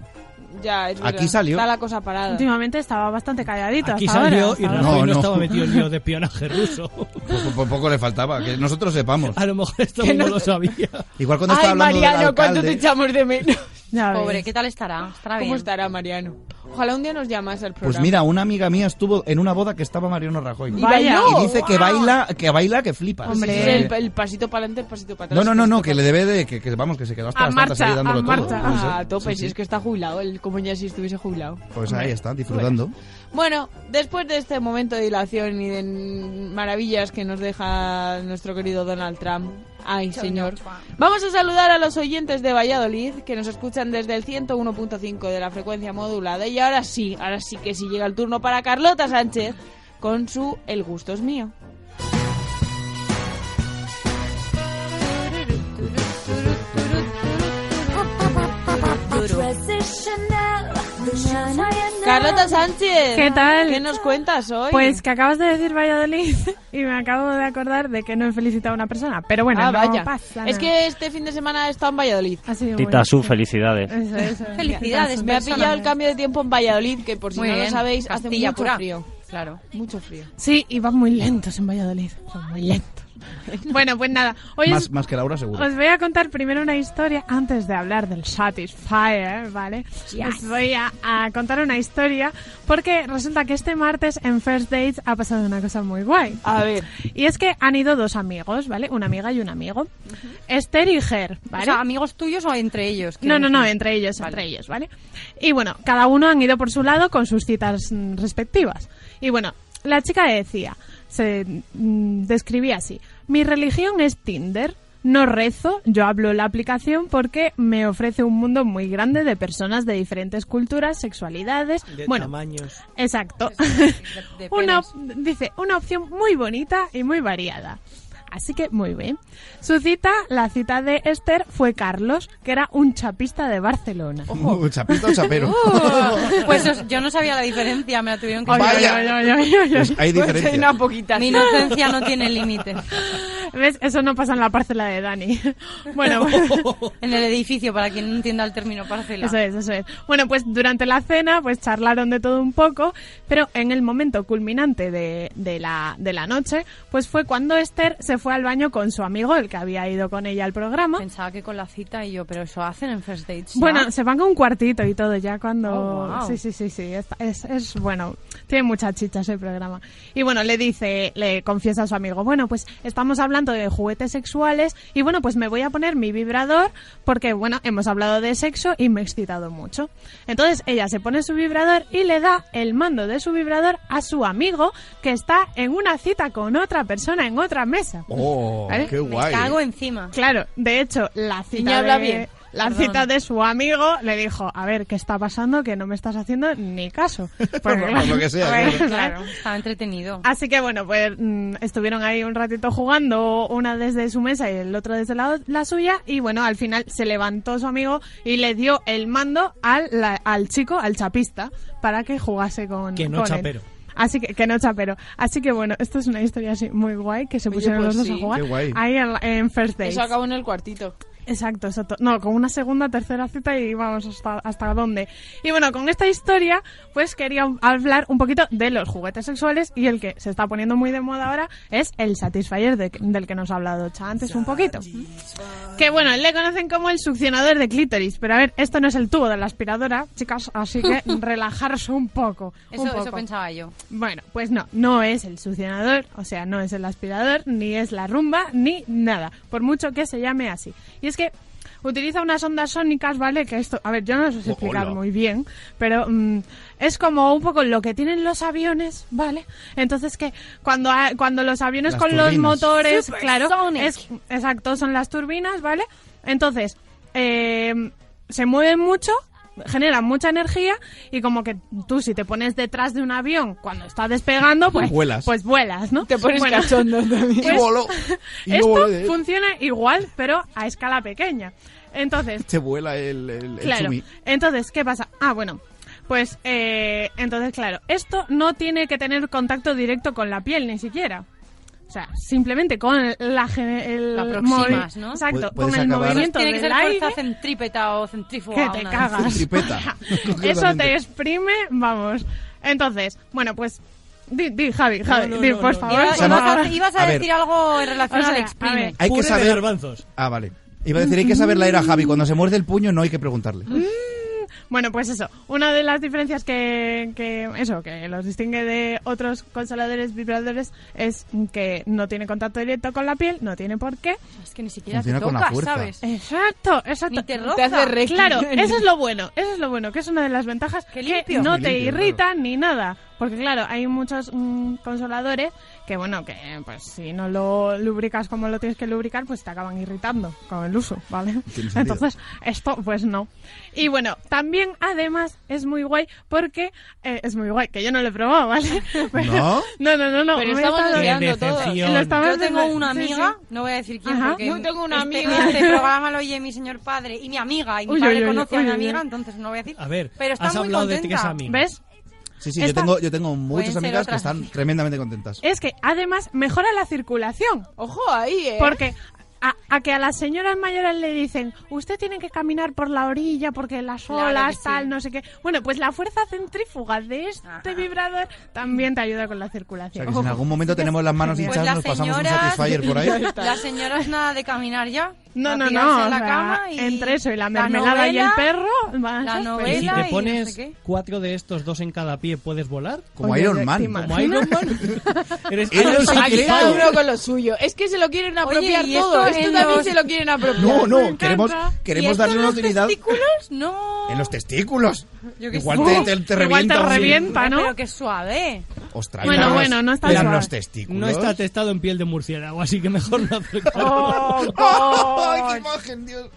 S10: Ya, es
S1: Aquí
S10: verdad.
S1: salió.
S10: Está la cosa parada.
S14: Últimamente estaba bastante calladito.
S12: Aquí
S14: hasta
S12: salió
S14: ahora,
S12: y
S14: hasta
S12: Rajoy
S14: ahora.
S12: no,
S1: No, no.
S12: estaba metido en lío de espionaje ruso.
S1: Poco, po- poco le faltaba, que nosotros sepamos.
S12: A lo mejor esto no lo sabía.
S1: Igual cuando estaba hablando del alcalde-
S10: echamos de menos?
S15: Pobre, ¿qué tal estará? Estará bien.
S10: ¿Cómo estará Mariano? Ojalá un día nos llamas al programa.
S1: Pues mira, una amiga mía estuvo en una boda que estaba Mariano Rajoy.
S10: Y Vaya. bailó.
S1: Y dice que
S10: ¡Guau!
S1: baila, que baila, que flipa.
S10: Hombre,
S1: Sí, sí,
S10: el,
S1: sí.
S10: el pasito para adelante, el pasito para atrás.
S1: No, no, no, no, que le debe de que, que, vamos, que se quedó hasta
S10: A
S1: las tantas ahí
S10: marcha, a
S1: dándolo todo.
S10: marcha.
S1: Puede ser.
S10: Ah, a tope,
S1: Sí,
S10: si
S1: sí.
S10: es que está jubilado, él como ya si estuviese jubilado.
S1: Pues ahí está, disfrutando.
S10: Bueno, después de este momento de dilación y de mm, maravillas que nos deja nuestro querido Donald Trump, ay señor, vamos a saludar a los oyentes de Valladolid que nos escuchan desde el 101.5 de la frecuencia modulada y ahora sí, ahora sí que sí llega el turno para Carlota Sánchez con su El gusto es mío. Carlota Sánchez,
S14: ¿Qué tal?
S10: ¿Qué nos cuentas hoy?
S14: Pues que acabas de decir Valladolid y me acabo de acordar de que no he felicitado a una persona. Pero bueno,
S10: Ah,
S14: no
S10: vaya.
S14: pasa
S10: Es
S14: nada.
S10: que este fin de semana he estado en Valladolid.
S4: Titasu, felicidades.
S14: Eso, eso.
S10: Felicidades, me ha
S14: Persona.
S10: pillado el cambio de tiempo en Valladolid, que por si
S15: Muy
S10: no
S15: bien.
S10: lo sabéis, hace
S15: Castilla
S10: mucho
S15: pura.
S10: frío.
S15: Claro, mucho frío.
S14: Sí, y van muy lentos en Valladolid. Son muy lentos. Bueno, pues nada. Hoy
S1: Más,
S14: os-
S1: más que Laura, seguro.
S14: Os voy a contar primero una historia antes de hablar del Satisfyer, ¿vale? Os voy a, a contar una historia porque resulta que este martes en First Dates ha pasado una cosa muy guay.
S10: A ver.
S14: Y es que han ido dos amigos, ¿vale? Una amiga y un amigo. Esther y Ger, ¿vale?
S15: O sea, ¿amigos tuyos o entre ellos?
S14: No, no, no,
S15: Quiero decir.
S14: entre ellos, entre ellos, ¿vale? Y bueno, cada uno han ido por su lado con sus citas mm, respectivas. Y bueno, la chica decía, se mm, describía así, mi religión es Tinder, no rezo, yo hablo la aplicación porque me ofrece un mundo muy grande de personas de diferentes culturas, sexualidades,
S19: De
S14: bueno,
S19: tamaños.
S14: Exacto.
S15: de
S14: una, op- dice, una opción muy bonita y muy variada. Así que muy bien. Su cita, la cita de Esther, fue Carlos, que era un chapista de Barcelona.
S1: Uh, chapito, chapero.
S15: Uh, pues os- yo no sabía la diferencia, me la tuvieron que
S14: Ay, ay, ay, ay, ay, ay, ay.
S1: Pues hay diferencia. Hay una
S15: poquita. Mi inocencia no tiene límite.
S14: ¿Ves? Eso no pasa en la parcela de Dani. Bueno, bueno.
S15: en el edificio, para quien no entienda el término parcela.
S14: Eso es, eso es. Bueno, pues durante la cena, pues charlaron de todo un poco, pero en el momento culminante de, de la, de la noche, pues fue cuando Esther se fue al baño con su amigo, el que había ido con ella al programa.
S15: Pensaba que con la cita y yo, pero eso hacen en first dates. ya?
S14: Bueno, se van con un cuartito y todo ya cuando...
S15: Oh, wow.
S14: Sí, sí, sí, sí. está- Es, es bueno. Tiene muchas chichas el programa. Y bueno, le dice, le confiesa a su amigo, bueno, pues estamos hablando de juguetes sexuales y bueno, pues me voy a poner mi vibrador porque, bueno, hemos hablado de sexo y me he excitado mucho. Entonces ella se pone su vibrador y le da el mando de su vibrador a su amigo que está en una cita con otra persona en otra mesa.
S1: Oh,
S14: ¿Vale?
S1: qué guay.
S15: encima.
S14: Claro, de hecho, la cita
S15: Niña, habla
S14: de-
S15: bien.
S14: La
S15: Perdón.
S14: cita de su amigo le dijo, a ver, ¿qué está pasando? Que no me estás haciendo ni caso. Porque, Pues,
S1: Por lo que sea,
S14: bueno,
S1: claro.
S15: Claro, estaba entretenido.
S14: Así que bueno, pues mm, estuvieron ahí un ratito jugando, una desde su mesa y el otro desde la, la suya, y bueno, al final se levantó su amigo y le dio el mando al, la- al chico, al chapista, para que jugase con
S19: Que no
S14: con él.
S19: chapero.
S14: Así que, que no chapero. Así que bueno, esto es una historia así muy guay que se
S10: Oye,
S14: pusieron
S10: pues
S14: los dos
S10: sí.
S14: a jugar
S10: Qué guay.
S14: ahí en, la- en First Dates.
S10: Eso acabó en el cuartito.
S14: Exacto, exacto. No, con una segunda, tercera cita y vamos hasta, hasta dónde. Y bueno, con esta historia, pues quería hablar un poquito de los juguetes sexuales y el que se está poniendo muy de moda ahora es el Satisfyer de- del que nos ha hablado Cha antes un poquito. Que bueno, le conocen como el succionador de clítoris, pero a ver, esto no es el tubo de la aspiradora, chicas, así que relajarse un poco.
S15: Eso,
S14: un
S15: eso
S14: poco.
S15: pensaba yo.
S14: Bueno, pues no, no es el succionador, o sea, no es el aspirador, ni es la rumba, ni nada, por mucho que se llame así. Y es que utiliza unas ondas sónicas, ¿vale? Que esto, a ver, yo no os sé explicar
S10: Hola.
S14: muy bien, pero mm, es como un poco lo que tienen los aviones, ¿vale? Entonces que cuando, ha- cuando los aviones
S10: Las
S14: con los
S10: turbinas.
S14: motores,
S10: Supersonic.
S14: claro, es, exacto, son las turbinas, ¿vale? Entonces, eh, se mueven mucho, generan mucha energía y como que tú si te pones detrás de un avión cuando está despegando, pues
S1: Vuelas.
S14: pues vuelas, ¿no? Te
S10: pones cachondo también.
S1: Y voló. Y no
S14: esto
S1: voló de-
S14: funciona igual, pero a escala pequeña. Entonces,
S1: Se vuela el, el, el
S14: Claro.
S1: chumi.
S14: Entonces, ¿qué pasa? Ah, bueno. Pues, eh, entonces, claro, esto no tiene que tener contacto directo con la piel ni siquiera. O sea, simplemente con la, gene- el
S15: Lo aproximas,
S14: movi-
S15: ¿no?
S14: Exacto,
S15: Pu-
S14: con
S15: puedes
S14: el
S15: acabar-
S14: movimiento
S15: Tiene que
S14: del
S15: ser fuerza
S14: aire.
S15: centrípeta o centrífuga.
S14: Que te
S15: una-
S14: cagas. Centrípeta. Eso te exprime, vamos. Entonces, bueno, pues, di, di, Javi, Javi, di, por favor.
S15: Ibas,
S1: O sea, no-
S15: ibas a, ibas a
S1: a ver.
S15: decir algo en relación
S14: O sea,
S15: al
S14: a
S15: exprime.
S14: ver.
S1: Hay que
S12: Puré de
S1: saber.
S12: garbanzos.
S1: Ah, vale. Iba a decir, hay que saber la era a Javi. Cuando se muerde el puño, no hay que preguntarle.
S15: Mm,
S14: Bueno, pues eso, una de las diferencias que, que- eso, que los distingue de otros consoladores vibradores es que no tiene contacto directo con la piel, no tiene por qué.
S15: Es que ni siquiera
S1: Funciona
S15: te
S1: con la
S15: tocas,
S1: fuerza.
S15: ¿sabes?
S14: Exacto, exacto.
S15: Ni te roza. Te hace recto.
S14: claro, eso es lo bueno, eso es lo bueno, que es una de las ventajas que
S15: limpio.
S14: no
S15: Qué
S14: te
S15: limpio,
S14: irrita ni nada, porque claro, hay muchos mm, consoladores que bueno, que pues si no lo lubricas como lo tienes que lubricar, pues te acaban irritando con el uso, ¿vale?
S10: Tiene sentido.
S14: Entonces, esto pues no. Y bueno, también además es muy guay porque eh, es muy guay, que yo no lo he probado, ¿vale?
S10: ¿No?
S14: no, no, no, no.
S10: Pero
S14: me
S10: estamos
S14: he estado-
S10: desviando todos. Decepción.
S14: Lo estamos
S15: Yo tengo
S14: desvi-
S15: una
S14: sí, sí.
S15: amiga, no voy a decir quién,
S14: Ajá.
S15: porque
S14: Yo tengo una
S15: este-
S14: amiga.
S15: Este programa lo oye mi señor padre y mi amiga, y mi
S14: Uy,
S15: padre
S14: uy, uy,
S15: conoce a
S14: uy,
S15: mi
S14: uy, uy.
S15: amiga, entonces no voy a decir.
S1: A ver,
S15: pero está
S1: has
S15: muy
S1: hablado de
S15: contenta.
S1: que es amiga.
S14: ¿Ves?
S1: Sí, sí, yo
S14: Esta-
S1: tengo, yo tengo
S14: Pueden
S1: muchas
S14: ser
S1: amigas que
S14: otras.
S1: están tremendamente contentas.
S14: Es que además mejora la circulación.
S10: Ojo ahí, ¿eh?
S14: Porque a, a que a las señoras mayores le dicen, usted tiene que caminar por la orilla porque las
S15: Claro
S14: olas,
S15: que sí.
S14: tal, no sé qué. Bueno, pues la fuerza centrífuga de este vibrador también te ayuda con la
S1: O sea,
S14: circulación.
S1: que si en algún momento tenemos las manos
S14: Pues
S1: hinchadas,
S14: las
S1: nos pasamos un
S14: señoras-
S1: Satisfyer por ahí.
S15: Las señoras nada de caminar ya.
S14: No,
S15: A
S14: no,
S15: tirarse
S14: no.
S15: en la
S14: o sea,
S15: cama y
S14: Entre eso y la mermelada y el
S15: novela-
S14: perro. vas
S15: la
S14: a-
S15: novela.
S12: Y si
S15: y no
S12: te
S15: sé
S12: pones
S15: qué.
S12: cuatro de estos dos en cada pie, ¿puedes volar?
S1: Como Oye, Iron ¿te Man.
S12: Como Iron Man. Eres
S1: Él
S12: Iron
S1: es un criado.
S12: Man.
S10: Pues Cada uno con lo suyo. Es que se lo quieren apropiar
S15: y
S10: todo.
S15: esto
S10: Esto
S15: en
S10: también
S15: los-
S10: se lo quieren apropiar.
S1: No,
S10: Me
S1: no,
S10: encanta.
S1: queremos,
S10: ¿Y
S1: queremos
S10: esto
S1: darle
S10: en
S1: una
S10: los
S1: utilidad.
S15: testículos? No.
S1: En los testículos.
S15: Yo qué
S1: Igual
S15: sé.
S1: te, te- te
S15: Igual
S1: revienta.
S15: te
S1: un-
S15: revienta, ¿no? Pero que suave.
S1: Ostras,
S12: Bueno,
S1: eran
S12: bueno,
S1: los-
S12: no está
S1: eran
S12: suave.
S1: los testículos.
S12: No está testado en piel de murciélago, así que mejor no acercarlo.
S1: ¡Ay, qué
S14: imagen, Dios!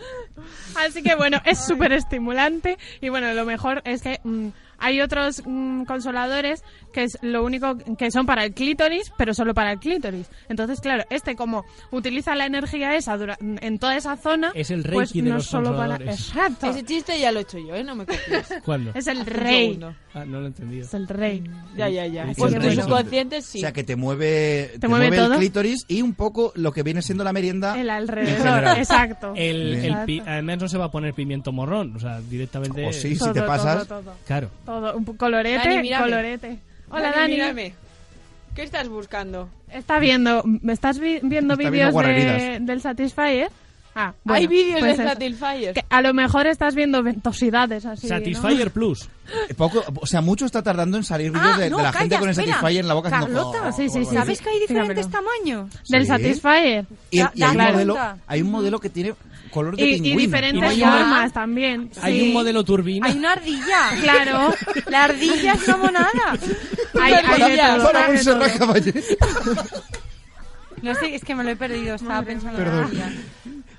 S14: Así que bueno, es súper estimulante y bueno, lo mejor es que mm, hay otros mm, consoladores que es lo único que son para el clítoris, pero solo para el clítoris. Entonces, claro, este como utiliza la energía esa dura- en toda esa zona,
S12: Es el
S14: pues
S12: reiki de
S14: no
S12: los
S14: solo para...
S12: consoladores.
S14: Exacto.
S10: Ese chiste ya lo he hecho yo, ¿eh? No me copies.
S12: ¿Cuándo?
S14: Es el
S10: Un
S14: rey.
S10: segundo.
S12: Ah, no lo he entendido.
S14: Es el rey.
S10: Ya, ya, ya.
S1: Dice
S10: Porque
S1: el
S10: por
S1: rey.
S10: subconsciente sí.
S1: O sea, que te mueve, te
S14: mueve
S1: mueve,
S14: todo.
S1: el clítoris y un poco lo que viene siendo la merienda.
S14: El
S1: en general.
S14: alrededor, exacto.
S1: Eh,
S12: El, el
S14: Exacto.
S12: pi- además no se va a poner pimiento morrón, o sea, directamente...
S1: O sí, si Todo, te pasas.
S14: todo, todo.
S12: Claro.
S14: Todo, un po- colorete,
S10: Dani, mírame.
S14: colorete. Hola,
S10: Dani,
S14: Dani.
S10: mírame. ¿Qué estás buscando?
S14: Está viendo, ¿me estás vi- viendo
S10: Está viendo
S14: vídeos de,
S10: guarrerías.
S14: del Satisfyer? Ah,
S10: Hay
S14: bueno,
S10: vídeos
S14: pues
S10: de
S14: eso.
S10: Satisfyer.
S14: Que a lo mejor estás viendo ventosidades así. ¿no?
S12: Plus.
S1: Eh, Poco, o sea, mucho está tardando en salir vídeos
S14: Ah,
S1: de, de
S14: no,
S1: la gente
S14: calla,
S1: con el
S14: espera.
S1: Satisfyer en la boca. haciendo "Oh,
S14: Carlota, sí, sí, sí.
S15: ¿Sabes que hay este diferentes
S14: Tíramelo.
S15: tamaños?
S14: Del
S1: Sí.
S14: Satisfyer.
S1: Y, y
S14: Da- da
S1: hay, un
S14: claro.
S1: modelo, hay un modelo que tiene color de
S14: Y- y
S1: pingüino.
S14: diferentes Y vaya- formas también.
S12: Hay un modelo turbina.
S15: Hay una ardilla.
S14: Claro.
S15: La ardilla es una monada.
S14: Hay- hay de todo, hay de todo.
S15: No sé, es que me lo he perdido. Estaba pensando en la
S12: Perdón.
S15: ardilla.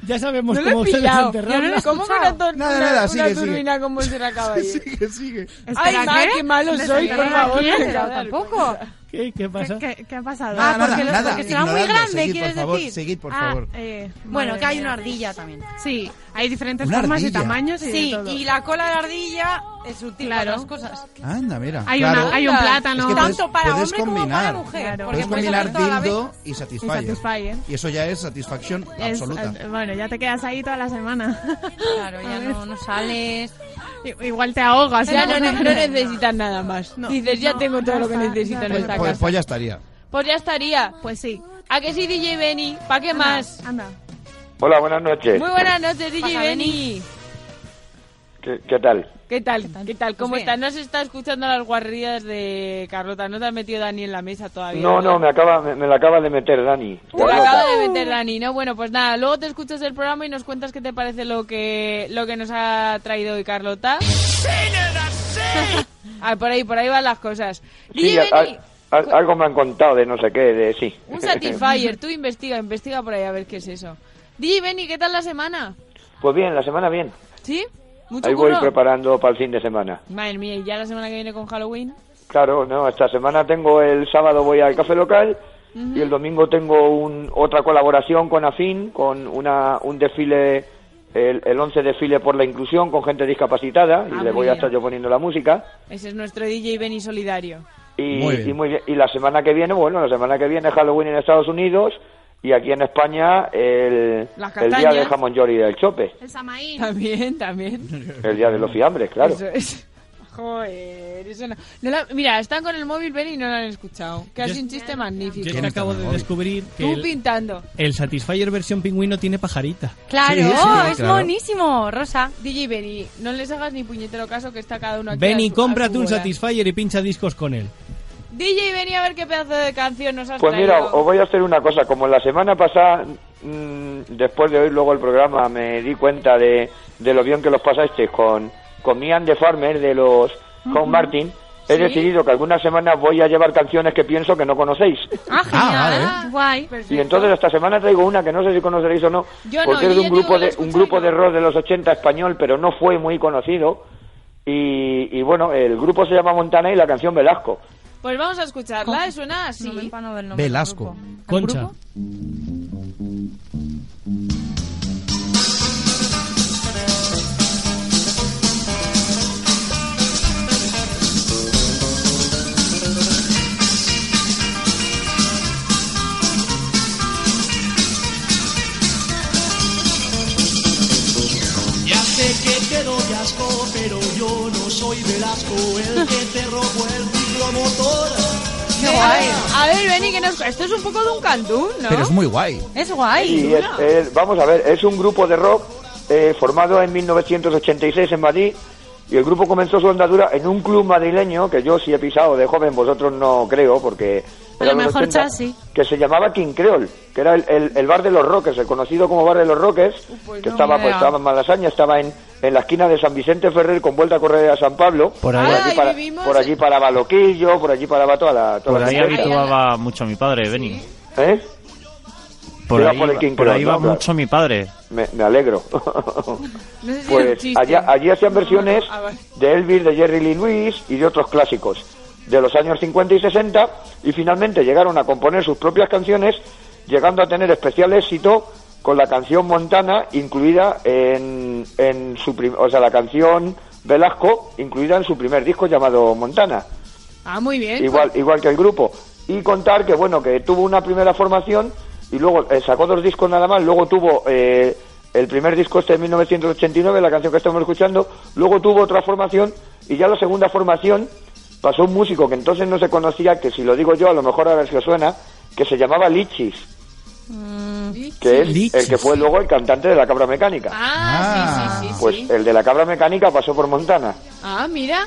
S12: Ya sabemos
S15: No lo he
S12: cómo se les
S15: pillado.
S12: enterraba.
S15: Yo no lo he
S10: ¿Cómo que una, tor-
S15: Nada,
S10: una-
S15: nada,
S10: una
S15: sigue, sigue.
S10: turbina con Monserrat Caballé?
S1: Sigue, sigue.
S10: Ay,
S14: Espera,
S10: ma,
S14: ¿qué?
S10: qué malo
S14: ¿Les
S10: soy, por
S14: enterraba
S10: favor.
S14: quién?
S10: me acabo de dar
S15: Tampoco.
S12: ¿Qué, qué pasa?
S14: ¿Qué, qué ha pasado?
S1: Nada, Ah, porque nada, lo- nada, porque será muy ignorando, grande, seguid, ¿quieres por favor, decir? seguid,
S14: Ah,
S1: por
S14: eh,
S1: favor.
S15: Bueno,
S14: madre
S15: que hay
S14: mía.
S15: una ardilla también.
S14: Sí, hay diferentes
S1: Una
S14: formas
S1: ardilla.
S14: y tamaños y
S15: Sí,
S14: de todo.
S15: y la cola de la ardilla es útil para otras cosas.
S1: Anda, mira.
S14: Hay
S1: claro.
S14: una- hay un plátano.
S1: Es que puedes-
S14: Tanto para
S1: puedes
S14: hombre como
S1: combinar.
S14: para mujer, Claro. porque
S1: Puedes
S14: puedes
S1: combinar
S14: hacer todo a la
S1: dildo
S14: vez.
S1: y Satisfyer.
S14: Y Satisfyer.
S1: Y eso ya es satisfacción
S14: Es-
S1: absoluta.
S14: eh, bueno, ya te quedas ahí toda la semana.
S15: Claro, ya no, no sales.
S14: I- Igual te ahogas.
S10: Ya no,
S14: ¿eh?
S10: no, no necesitas nada más. Dices, ya tengo todo lo que necesito en esta
S1: Pues,
S10: casa.
S1: pues ya estaría.
S10: Pues ya estaría. Pues sí. ¿A que sí, DJ Benny? ¿Para qué más?
S14: Anda.
S20: Hola, buenas noches.
S10: Muy buenas noches, DJ
S15: Pasa,
S10: Benny.
S20: ¿Qué, qué tal?
S10: ¿Qué tal? Pues ¿Qué tal? ¿Cómo
S20: bien.
S10: estás? No se está escuchando las guarrerías de Carlota. No te has metido Dani en la mesa todavía.
S20: No, no, me, acaba, me, me la acaba de meter Dani.
S10: Te la
S20: Carlota.
S10: acaba de meter Dani, ¿no? Bueno, pues nada, luego te escuchas el programa y nos cuentas qué te parece lo que, lo que nos ha traído hoy Carlota. ah, por ahí, por ahí van las cosas.
S20: Sí,
S10: DJ
S20: a-
S10: Benny,
S20: a- a- algo me han contado de no sé qué, de sí.
S10: un Satisfyer, tú investiga, investiga por ahí a ver qué es eso. DJ Benny, ¿qué tal la semana?
S20: pues bien, la semana bien.
S10: ¿Sí? ¿Mucho
S20: Ahí voy
S10: curro?
S20: preparando para el fin de semana.
S10: Madre mía, ¿y ya la semana que viene con Halloween?
S20: Claro, no, esta semana tengo el sábado voy al café local y el domingo tengo un, otra colaboración con Afin, con una, un desfile, el, el 11 desfile por la inclusión con gente discapacitada y
S10: Ah, muy
S20: le voy a
S10: bien.
S20: estar yo poniendo la música.
S10: Ese es nuestro DJ Benny solidario.
S20: Y,
S10: Muy bien.
S20: y muy bien. Y la semana que viene, bueno, la semana que viene es Halloween en Estados Unidos y aquí en España el,
S10: Las
S20: el día
S10: castañas.
S20: del jamón yori y del chope,
S14: El Samaín.
S10: También, también.
S20: el día de los fiambres, claro.
S10: Eso es. Joder, eso no. no la- mira, están con el móvil Benny y no lo han escuchado. Que ha
S12: Yo-
S10: sido un chiste magnífico.
S12: Yo es que acabo de descubrir que
S10: Tú
S12: el,
S10: pintando.
S12: el Satisfyer versión pingüino tiene pajarita.
S15: Claro,
S12: Sí, sí,
S15: es
S12: claro.
S15: monísimo, Rosa.
S10: DJ Benny, no les hagas ni puñetero caso que está cada uno aquí.
S12: Ven
S10: a
S12: y
S10: su- a
S12: cómprate
S10: su
S12: un
S10: bola.
S12: Satisfyer y pincha discos con él.
S10: DJ Benny, a ver qué pedazo de canción nos has
S20: Pues
S10: traído.
S20: mira, os voy a hacer una cosa. Como la semana pasada, mm, después de oír luego el programa, me di cuenta de, de lo bien que los pasasteis con, con Mian de Farmer de los Home
S10: Ujú.
S20: Martin. He
S10: Sí.
S20: decidido que algunas semanas voy a llevar canciones que pienso que no conocéis.
S10: Ah,
S1: ¿eh?
S10: genial.
S14: Guay.
S20: Y entonces esta semana traigo una que no sé si conoceréis o no,
S10: Yo no,
S20: porque
S10: yo
S20: es de un
S10: ya digo que
S20: grupo
S10: la he
S20: de un grupo de rock de los 80 español, pero no fue muy conocido. Y, y bueno, el grupo se llama Montana y la canción Velasco.
S10: Pues vamos a escucharla, suena así.
S1: Velasco.
S12: Concha.
S21: Velasco,
S3: pero yo no soy Velasco, el que te robó el ciclomotor.
S10: Eh, a ver, a ver, Benny, que nos... Esto es un poco de un cantún, ¿no?
S1: Pero es muy guay.
S10: Es guay.
S20: Y es- es- vamos a ver, es un grupo de rock eh, formado en 1986 en Madrid y el grupo comenzó su andadura en un club madrileño que yo sí he pisado de joven, vosotros no creo porque...
S14: A
S20: era
S14: lo
S20: los
S14: mejor
S20: 80,
S14: Chasi.
S20: Que se llamaba King Creole, que era el, el- el bar de los Roques, el conocido como bar de los Roques, que
S10: no,
S20: estaba,
S10: ni
S20: pues,
S10: idea.
S20: estaba en Malasaña, estaba en, en la esquina de San Vicente Ferrer con vuelta a correr a San Pablo.
S4: Por ahí-
S20: allí
S4: Ay,
S20: para,
S4: vivimos-
S20: por allí para Baloquillo, por allí para toda la... Toda
S4: Por
S20: la
S4: ahí
S20: gente.
S4: habituaba mucho mi padre, Benny.
S20: ¿Eh?
S4: Por
S20: Iba
S4: ahí,
S20: por el King
S4: por
S20: Creole,
S4: ahí
S20: ¿no?
S4: va
S20: Claro.
S4: mucho mi padre.
S20: Me, me alegro.
S10: sé si era un
S20: pues
S10: chiste.
S20: allá, allí hacían versiones
S10: A ver.
S20: de Elvis, de Jerry Lee Lewis y de otros clásicos de los años 50 y 60 y finalmente llegaron a componer sus propias canciones llegando a tener especial éxito con la canción Montana incluida en, en su prim- o sea la canción Velasco incluida en su primer disco llamado Montana
S10: Ah, muy bien.
S20: igual igual que el grupo y contar que bueno que tuvo una primera formación y luego eh, sacó dos discos nada más luego tuvo eh, el primer disco este de 1989 la canción que estamos escuchando luego tuvo otra formación y ya la segunda formación pasó un músico que entonces no se conocía que si lo digo yo a lo mejor a ver si os suena que se llamaba Lichis
S10: pues,
S20: que es el que fue luego el cantante de la cabra mecánica
S10: Ah, sí, sí, sí.
S20: pues
S10: sí.
S20: el de la cabra mecánica pasó por Montana
S10: Ah, mira.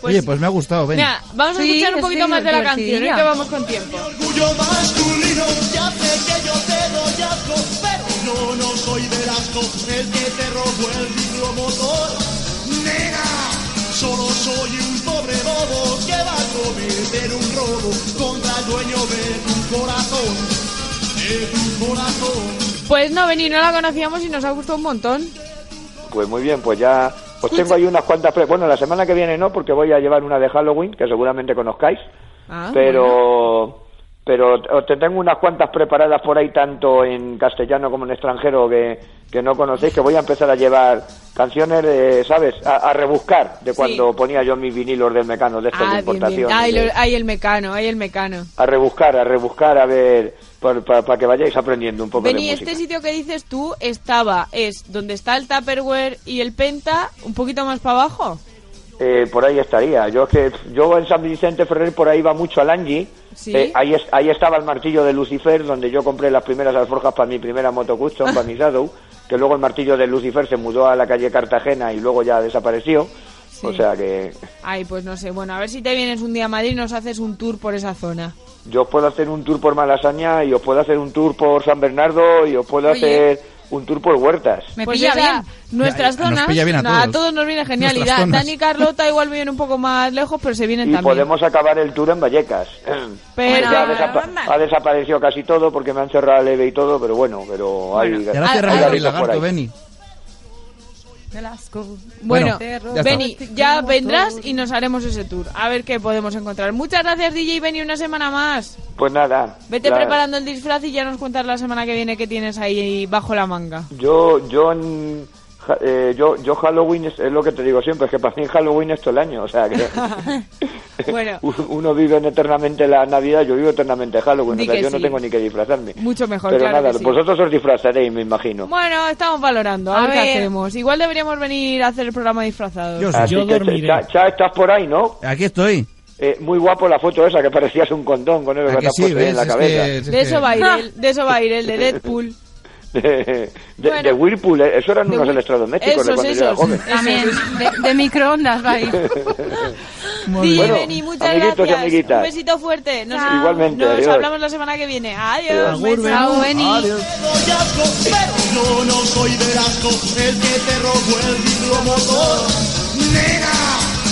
S10: Pues,
S1: Oye, pues me ha gustado, Benny.
S10: mira, vamos a
S15: Sí,
S10: escuchar un
S15: es
S10: poquito más de la canción, ¿eh?
S15: divertidilla.
S10: que vamos con tiempo.
S3: Orgullo masculino, ya sé que yo te doy asco, pero yo no soy Velasco, el que te robó el ciclomotor. Nena, solo soy un pobre bobo que va a cometer un robo contra el dueño de tu corazón, de tu corazón.
S10: Pues no, Beni, no la conocíamos y nos ha gustado un montón.
S20: Pues muy bien, pues ya os tengo ahí unas cuantas. pre- Bueno, la semana que viene no, porque voy a llevar una de Halloween, que seguramente conozcáis,
S10: Ah,
S20: pero. Pero os te tengo unas cuantas preparadas por ahí, tanto en castellano como en extranjero, que, que no conocéis, que voy a empezar a llevar canciones, eh, ¿sabes? A, a rebuscar de cuando ponía yo mis vinilos del mecano, de estos de
S10: Ah, bien,
S20: importación.
S10: bien. Ay,
S20: de-
S10: lo- ay, el mecano, ay, el mecano.
S20: A rebuscar, a rebuscar, a ver, para que vayáis aprendiendo un poco de
S10: Beni,
S20: música.
S10: este sitio que dices tú estaba, es donde está el Tupperware y el Penta, un poquito más para abajo.
S20: Eh, por ahí estaría. Yo es que yo en San Vicente Ferrer por ahí iba mucho al Angie.
S10: Sí.
S20: Eh, ahí, es- ahí estaba el martillo de Lucifer, donde yo compré las primeras alforjas para mi primera moto custom, para mi Shadow, que luego el martillo de Lucifer se mudó a la calle Cartagena y luego ya desapareció. O sea que
S10: Ay, pues no sé. Bueno, a ver si te vienes un día a Madrid y nos haces un tour por esa zona.
S20: yo os puedo hacer un tour por Malasaña y os puedo hacer un tour por San Bernardo y os puedo
S10: Oye.
S20: hacer un tour por Huertas.
S10: Me
S15: pilla bien.
S10: Pues Nuestras
S20: Ya, nos
S10: zonas.
S20: pilla bien a
S10: no,
S20: todos.
S10: nos viene genial. Y
S20: Nuestras
S10: Dan-
S20: zonas.
S10: Dani y Carlota igual viven un poco más lejos, pero se vienen
S20: Y
S10: también.
S20: podemos acabar el tour en Vallecas.
S10: Pero-
S20: Ya ha, desapa- ha desaparecido casi todo porque me han cerrado el EVE y todo, pero bueno, pero hay...
S1: Y ahora
S20: hay
S1: cierra el
S20: garitos
S1: Gabriel
S20: por
S1: Lagarto,
S20: ahí.
S1: Benny.
S15: Velasco.
S10: Bueno,
S1: ya está.
S10: Beni,
S15: Este
S10: ya vendrás y nos haremos ese tour. A ver qué podemos encontrar. Muchas gracias, DJ Beni, una semana más.
S20: Pues nada.
S10: Vete
S20: la-
S10: preparando el disfraz y ya nos cuentas la semana que viene que tienes ahí bajo la manga.
S20: Yo, yo, en- ja- eh, yo, yo Halloween es, es lo que te digo siempre, es que para mí Halloween es todo el año, o sea que
S10: Bueno,
S20: u- uno vive en eternamente la Navidad, yo vivo eternamente Halloween,
S10: Di
S20: o sea,
S10: que
S20: yo no
S10: sí.
S20: tengo ni que disfrazarme.
S10: mucho mejor,
S20: Pero
S10: claro
S20: nada, pues
S10: que sí.
S20: vosotros os disfrazaréis, me imagino.
S10: Bueno, estamos valorando, a,
S15: A
S10: ver, qué
S15: ver.
S10: hacemos. Igual deberíamos venir a hacer el programa disfrazados.
S20: Así que, este, Cha, Cha, estás por ahí, ¿no?
S1: Aquí estoy.
S20: Eh, muy guapo la foto esa, que parecías un condón con
S1: ¿A
S20: eso
S1: Ah, que
S20: que te has
S1: sí,
S20: puesto ahí en
S1: ves?
S20: la
S1: Es
S20: cabeza.
S1: que-
S10: De eso va a ir el, de eso va a ir el de Deadpool.
S20: de, de-
S10: Bueno.
S20: de Whirlpool, eh, eso eran unos electrodomésticos de
S10: Esos,
S20: cuando yo era
S10: esos.
S20: joven.
S15: También, de, de microondas va a ir.
S10: Sí,
S20: Bueno,
S10: Beni, muchas
S20: amiguitos y
S10: gracias.
S20: amiguitas.
S10: Un besito fuerte. Nos,
S20: Chao. Igualmente,
S10: nos
S20: adiós.
S10: hablamos la semana que viene. Adiós.
S3: Adiós.
S10: besos.
S3: Soy asco, pero yo no soy Velasco, el que te robó el ciclomotor. Nena,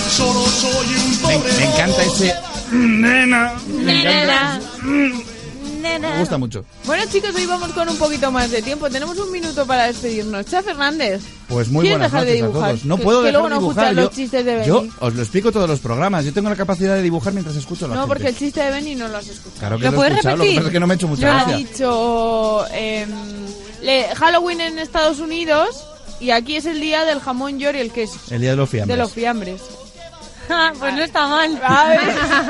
S3: solo soy un pobre
S1: Me encanta
S3: bobo.
S1: ese. Nena. Me encanta.
S10: Nena.
S1: Me gusta mucho.
S10: Bueno, chicos, hoy vamos con un poquito más de tiempo. Tenemos un minuto para despedirnos. Cha Fernández.
S1: Pues muy
S10: ¿Quieres
S1: buenas
S10: dejar de
S1: noches a
S10: dibujar?
S1: todos. No
S10: Que-
S1: puedo
S10: que
S1: dejar
S10: luego
S1: de
S10: no
S1: dibujar.
S10: escuchas
S1: Yo,
S10: los chistes de Benny.
S1: yo os lo explico todos los programas. Yo tengo la capacidad de dibujar mientras escucho a la
S10: No,
S1: gente.
S10: porque el chiste de Benny no lo has escuchado.
S1: Claro que lo he escuchado, lo que pasa es que no me ha hecho mucha
S10: Yo
S1: gracia.
S10: he dicho em, le- Halloween en Estados Unidos y aquí es el día del jamón york y el queso.
S1: El día de los
S10: De
S1: fiambres.
S10: los fiambres.
S15: pues no está mal.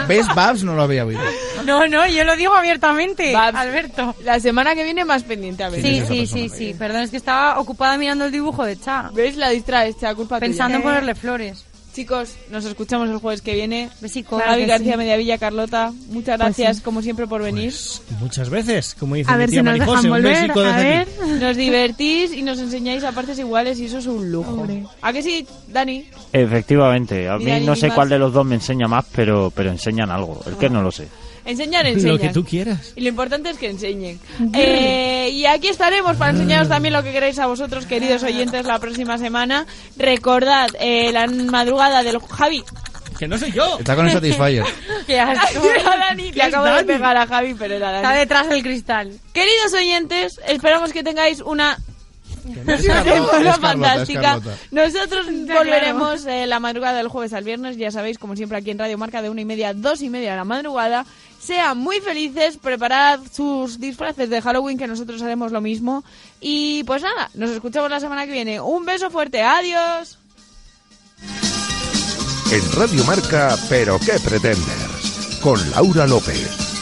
S1: ¿Ves? Babs no lo había oído.
S15: No, no, yo lo digo abiertamente, Alberto.
S10: La semana que viene más pendiente a ver.
S15: Sí, sí, sí, sí. Perdón, es que estaba ocupada mirando el dibujo de Cha.
S10: ¿Ves? La distraes, Cha, culpa
S15: Pensando en
S10: tuya.
S15: ponerle flores.
S10: Chicos, nos escuchamos el jueves que viene.
S15: Besico.
S10: Gaby
S15: Claro que
S10: García
S15: sí.
S10: Mediavilla, Carlota, muchas
S15: Pues
S10: gracias
S15: sí.
S10: como siempre por venir.
S12: Pues. Muchas veces, como dice
S10: A
S12: mi
S10: ver
S12: tía
S10: si nos
S12: Marijose,
S10: dejan
S12: un
S10: volver,
S12: besico
S10: a
S12: desde
S10: ver.
S12: aquí.
S10: Nos divertís y nos enseñáis a partes iguales y eso es un lujo. ¿A que sí, Dani?
S4: Efectivamente, a
S10: Mira,
S4: mí
S10: ni
S4: no sé
S10: más.
S4: cuál de los dos me enseña más, pero, pero enseñan algo. El que no lo sé.
S10: Enseñar, enseñar.
S12: quieras.
S10: Y lo importante es que enseñen. Eh, y aquí estaremos para enseñaros también lo que queréis a vosotros,
S15: Ah.
S10: queridos oyentes, la próxima semana. Recordad eh, la madrugada del Javi.
S12: Que no soy yo.
S1: Está con el Satisfyer.
S10: Que
S15: asco.
S10: Dani, le
S15: Es
S10: acabo de
S15: Dani.
S10: pegar a Javi, pero era Dani.
S15: Está detrás del cristal.
S10: Queridos oyentes, esperamos que tengáis una
S15: no es
S10: una
S15: Carlota, es
S10: semana
S15: Carlota,
S10: fantástica.
S15: es Carlota.
S10: Nosotros
S15: claro.
S10: volveremos eh, la madrugada del jueves al viernes, ya sabéis, como siempre aquí en Radio Marca de una y media a dos y media de la madrugada. Sean muy felices, preparad sus disfraces de Halloween que nosotros haremos lo mismo. Y pues nada, nos escuchamos la semana que viene. Un beso fuerte, adiós.
S9: En Radio Marca, Pero qué pretenders, con Laura López.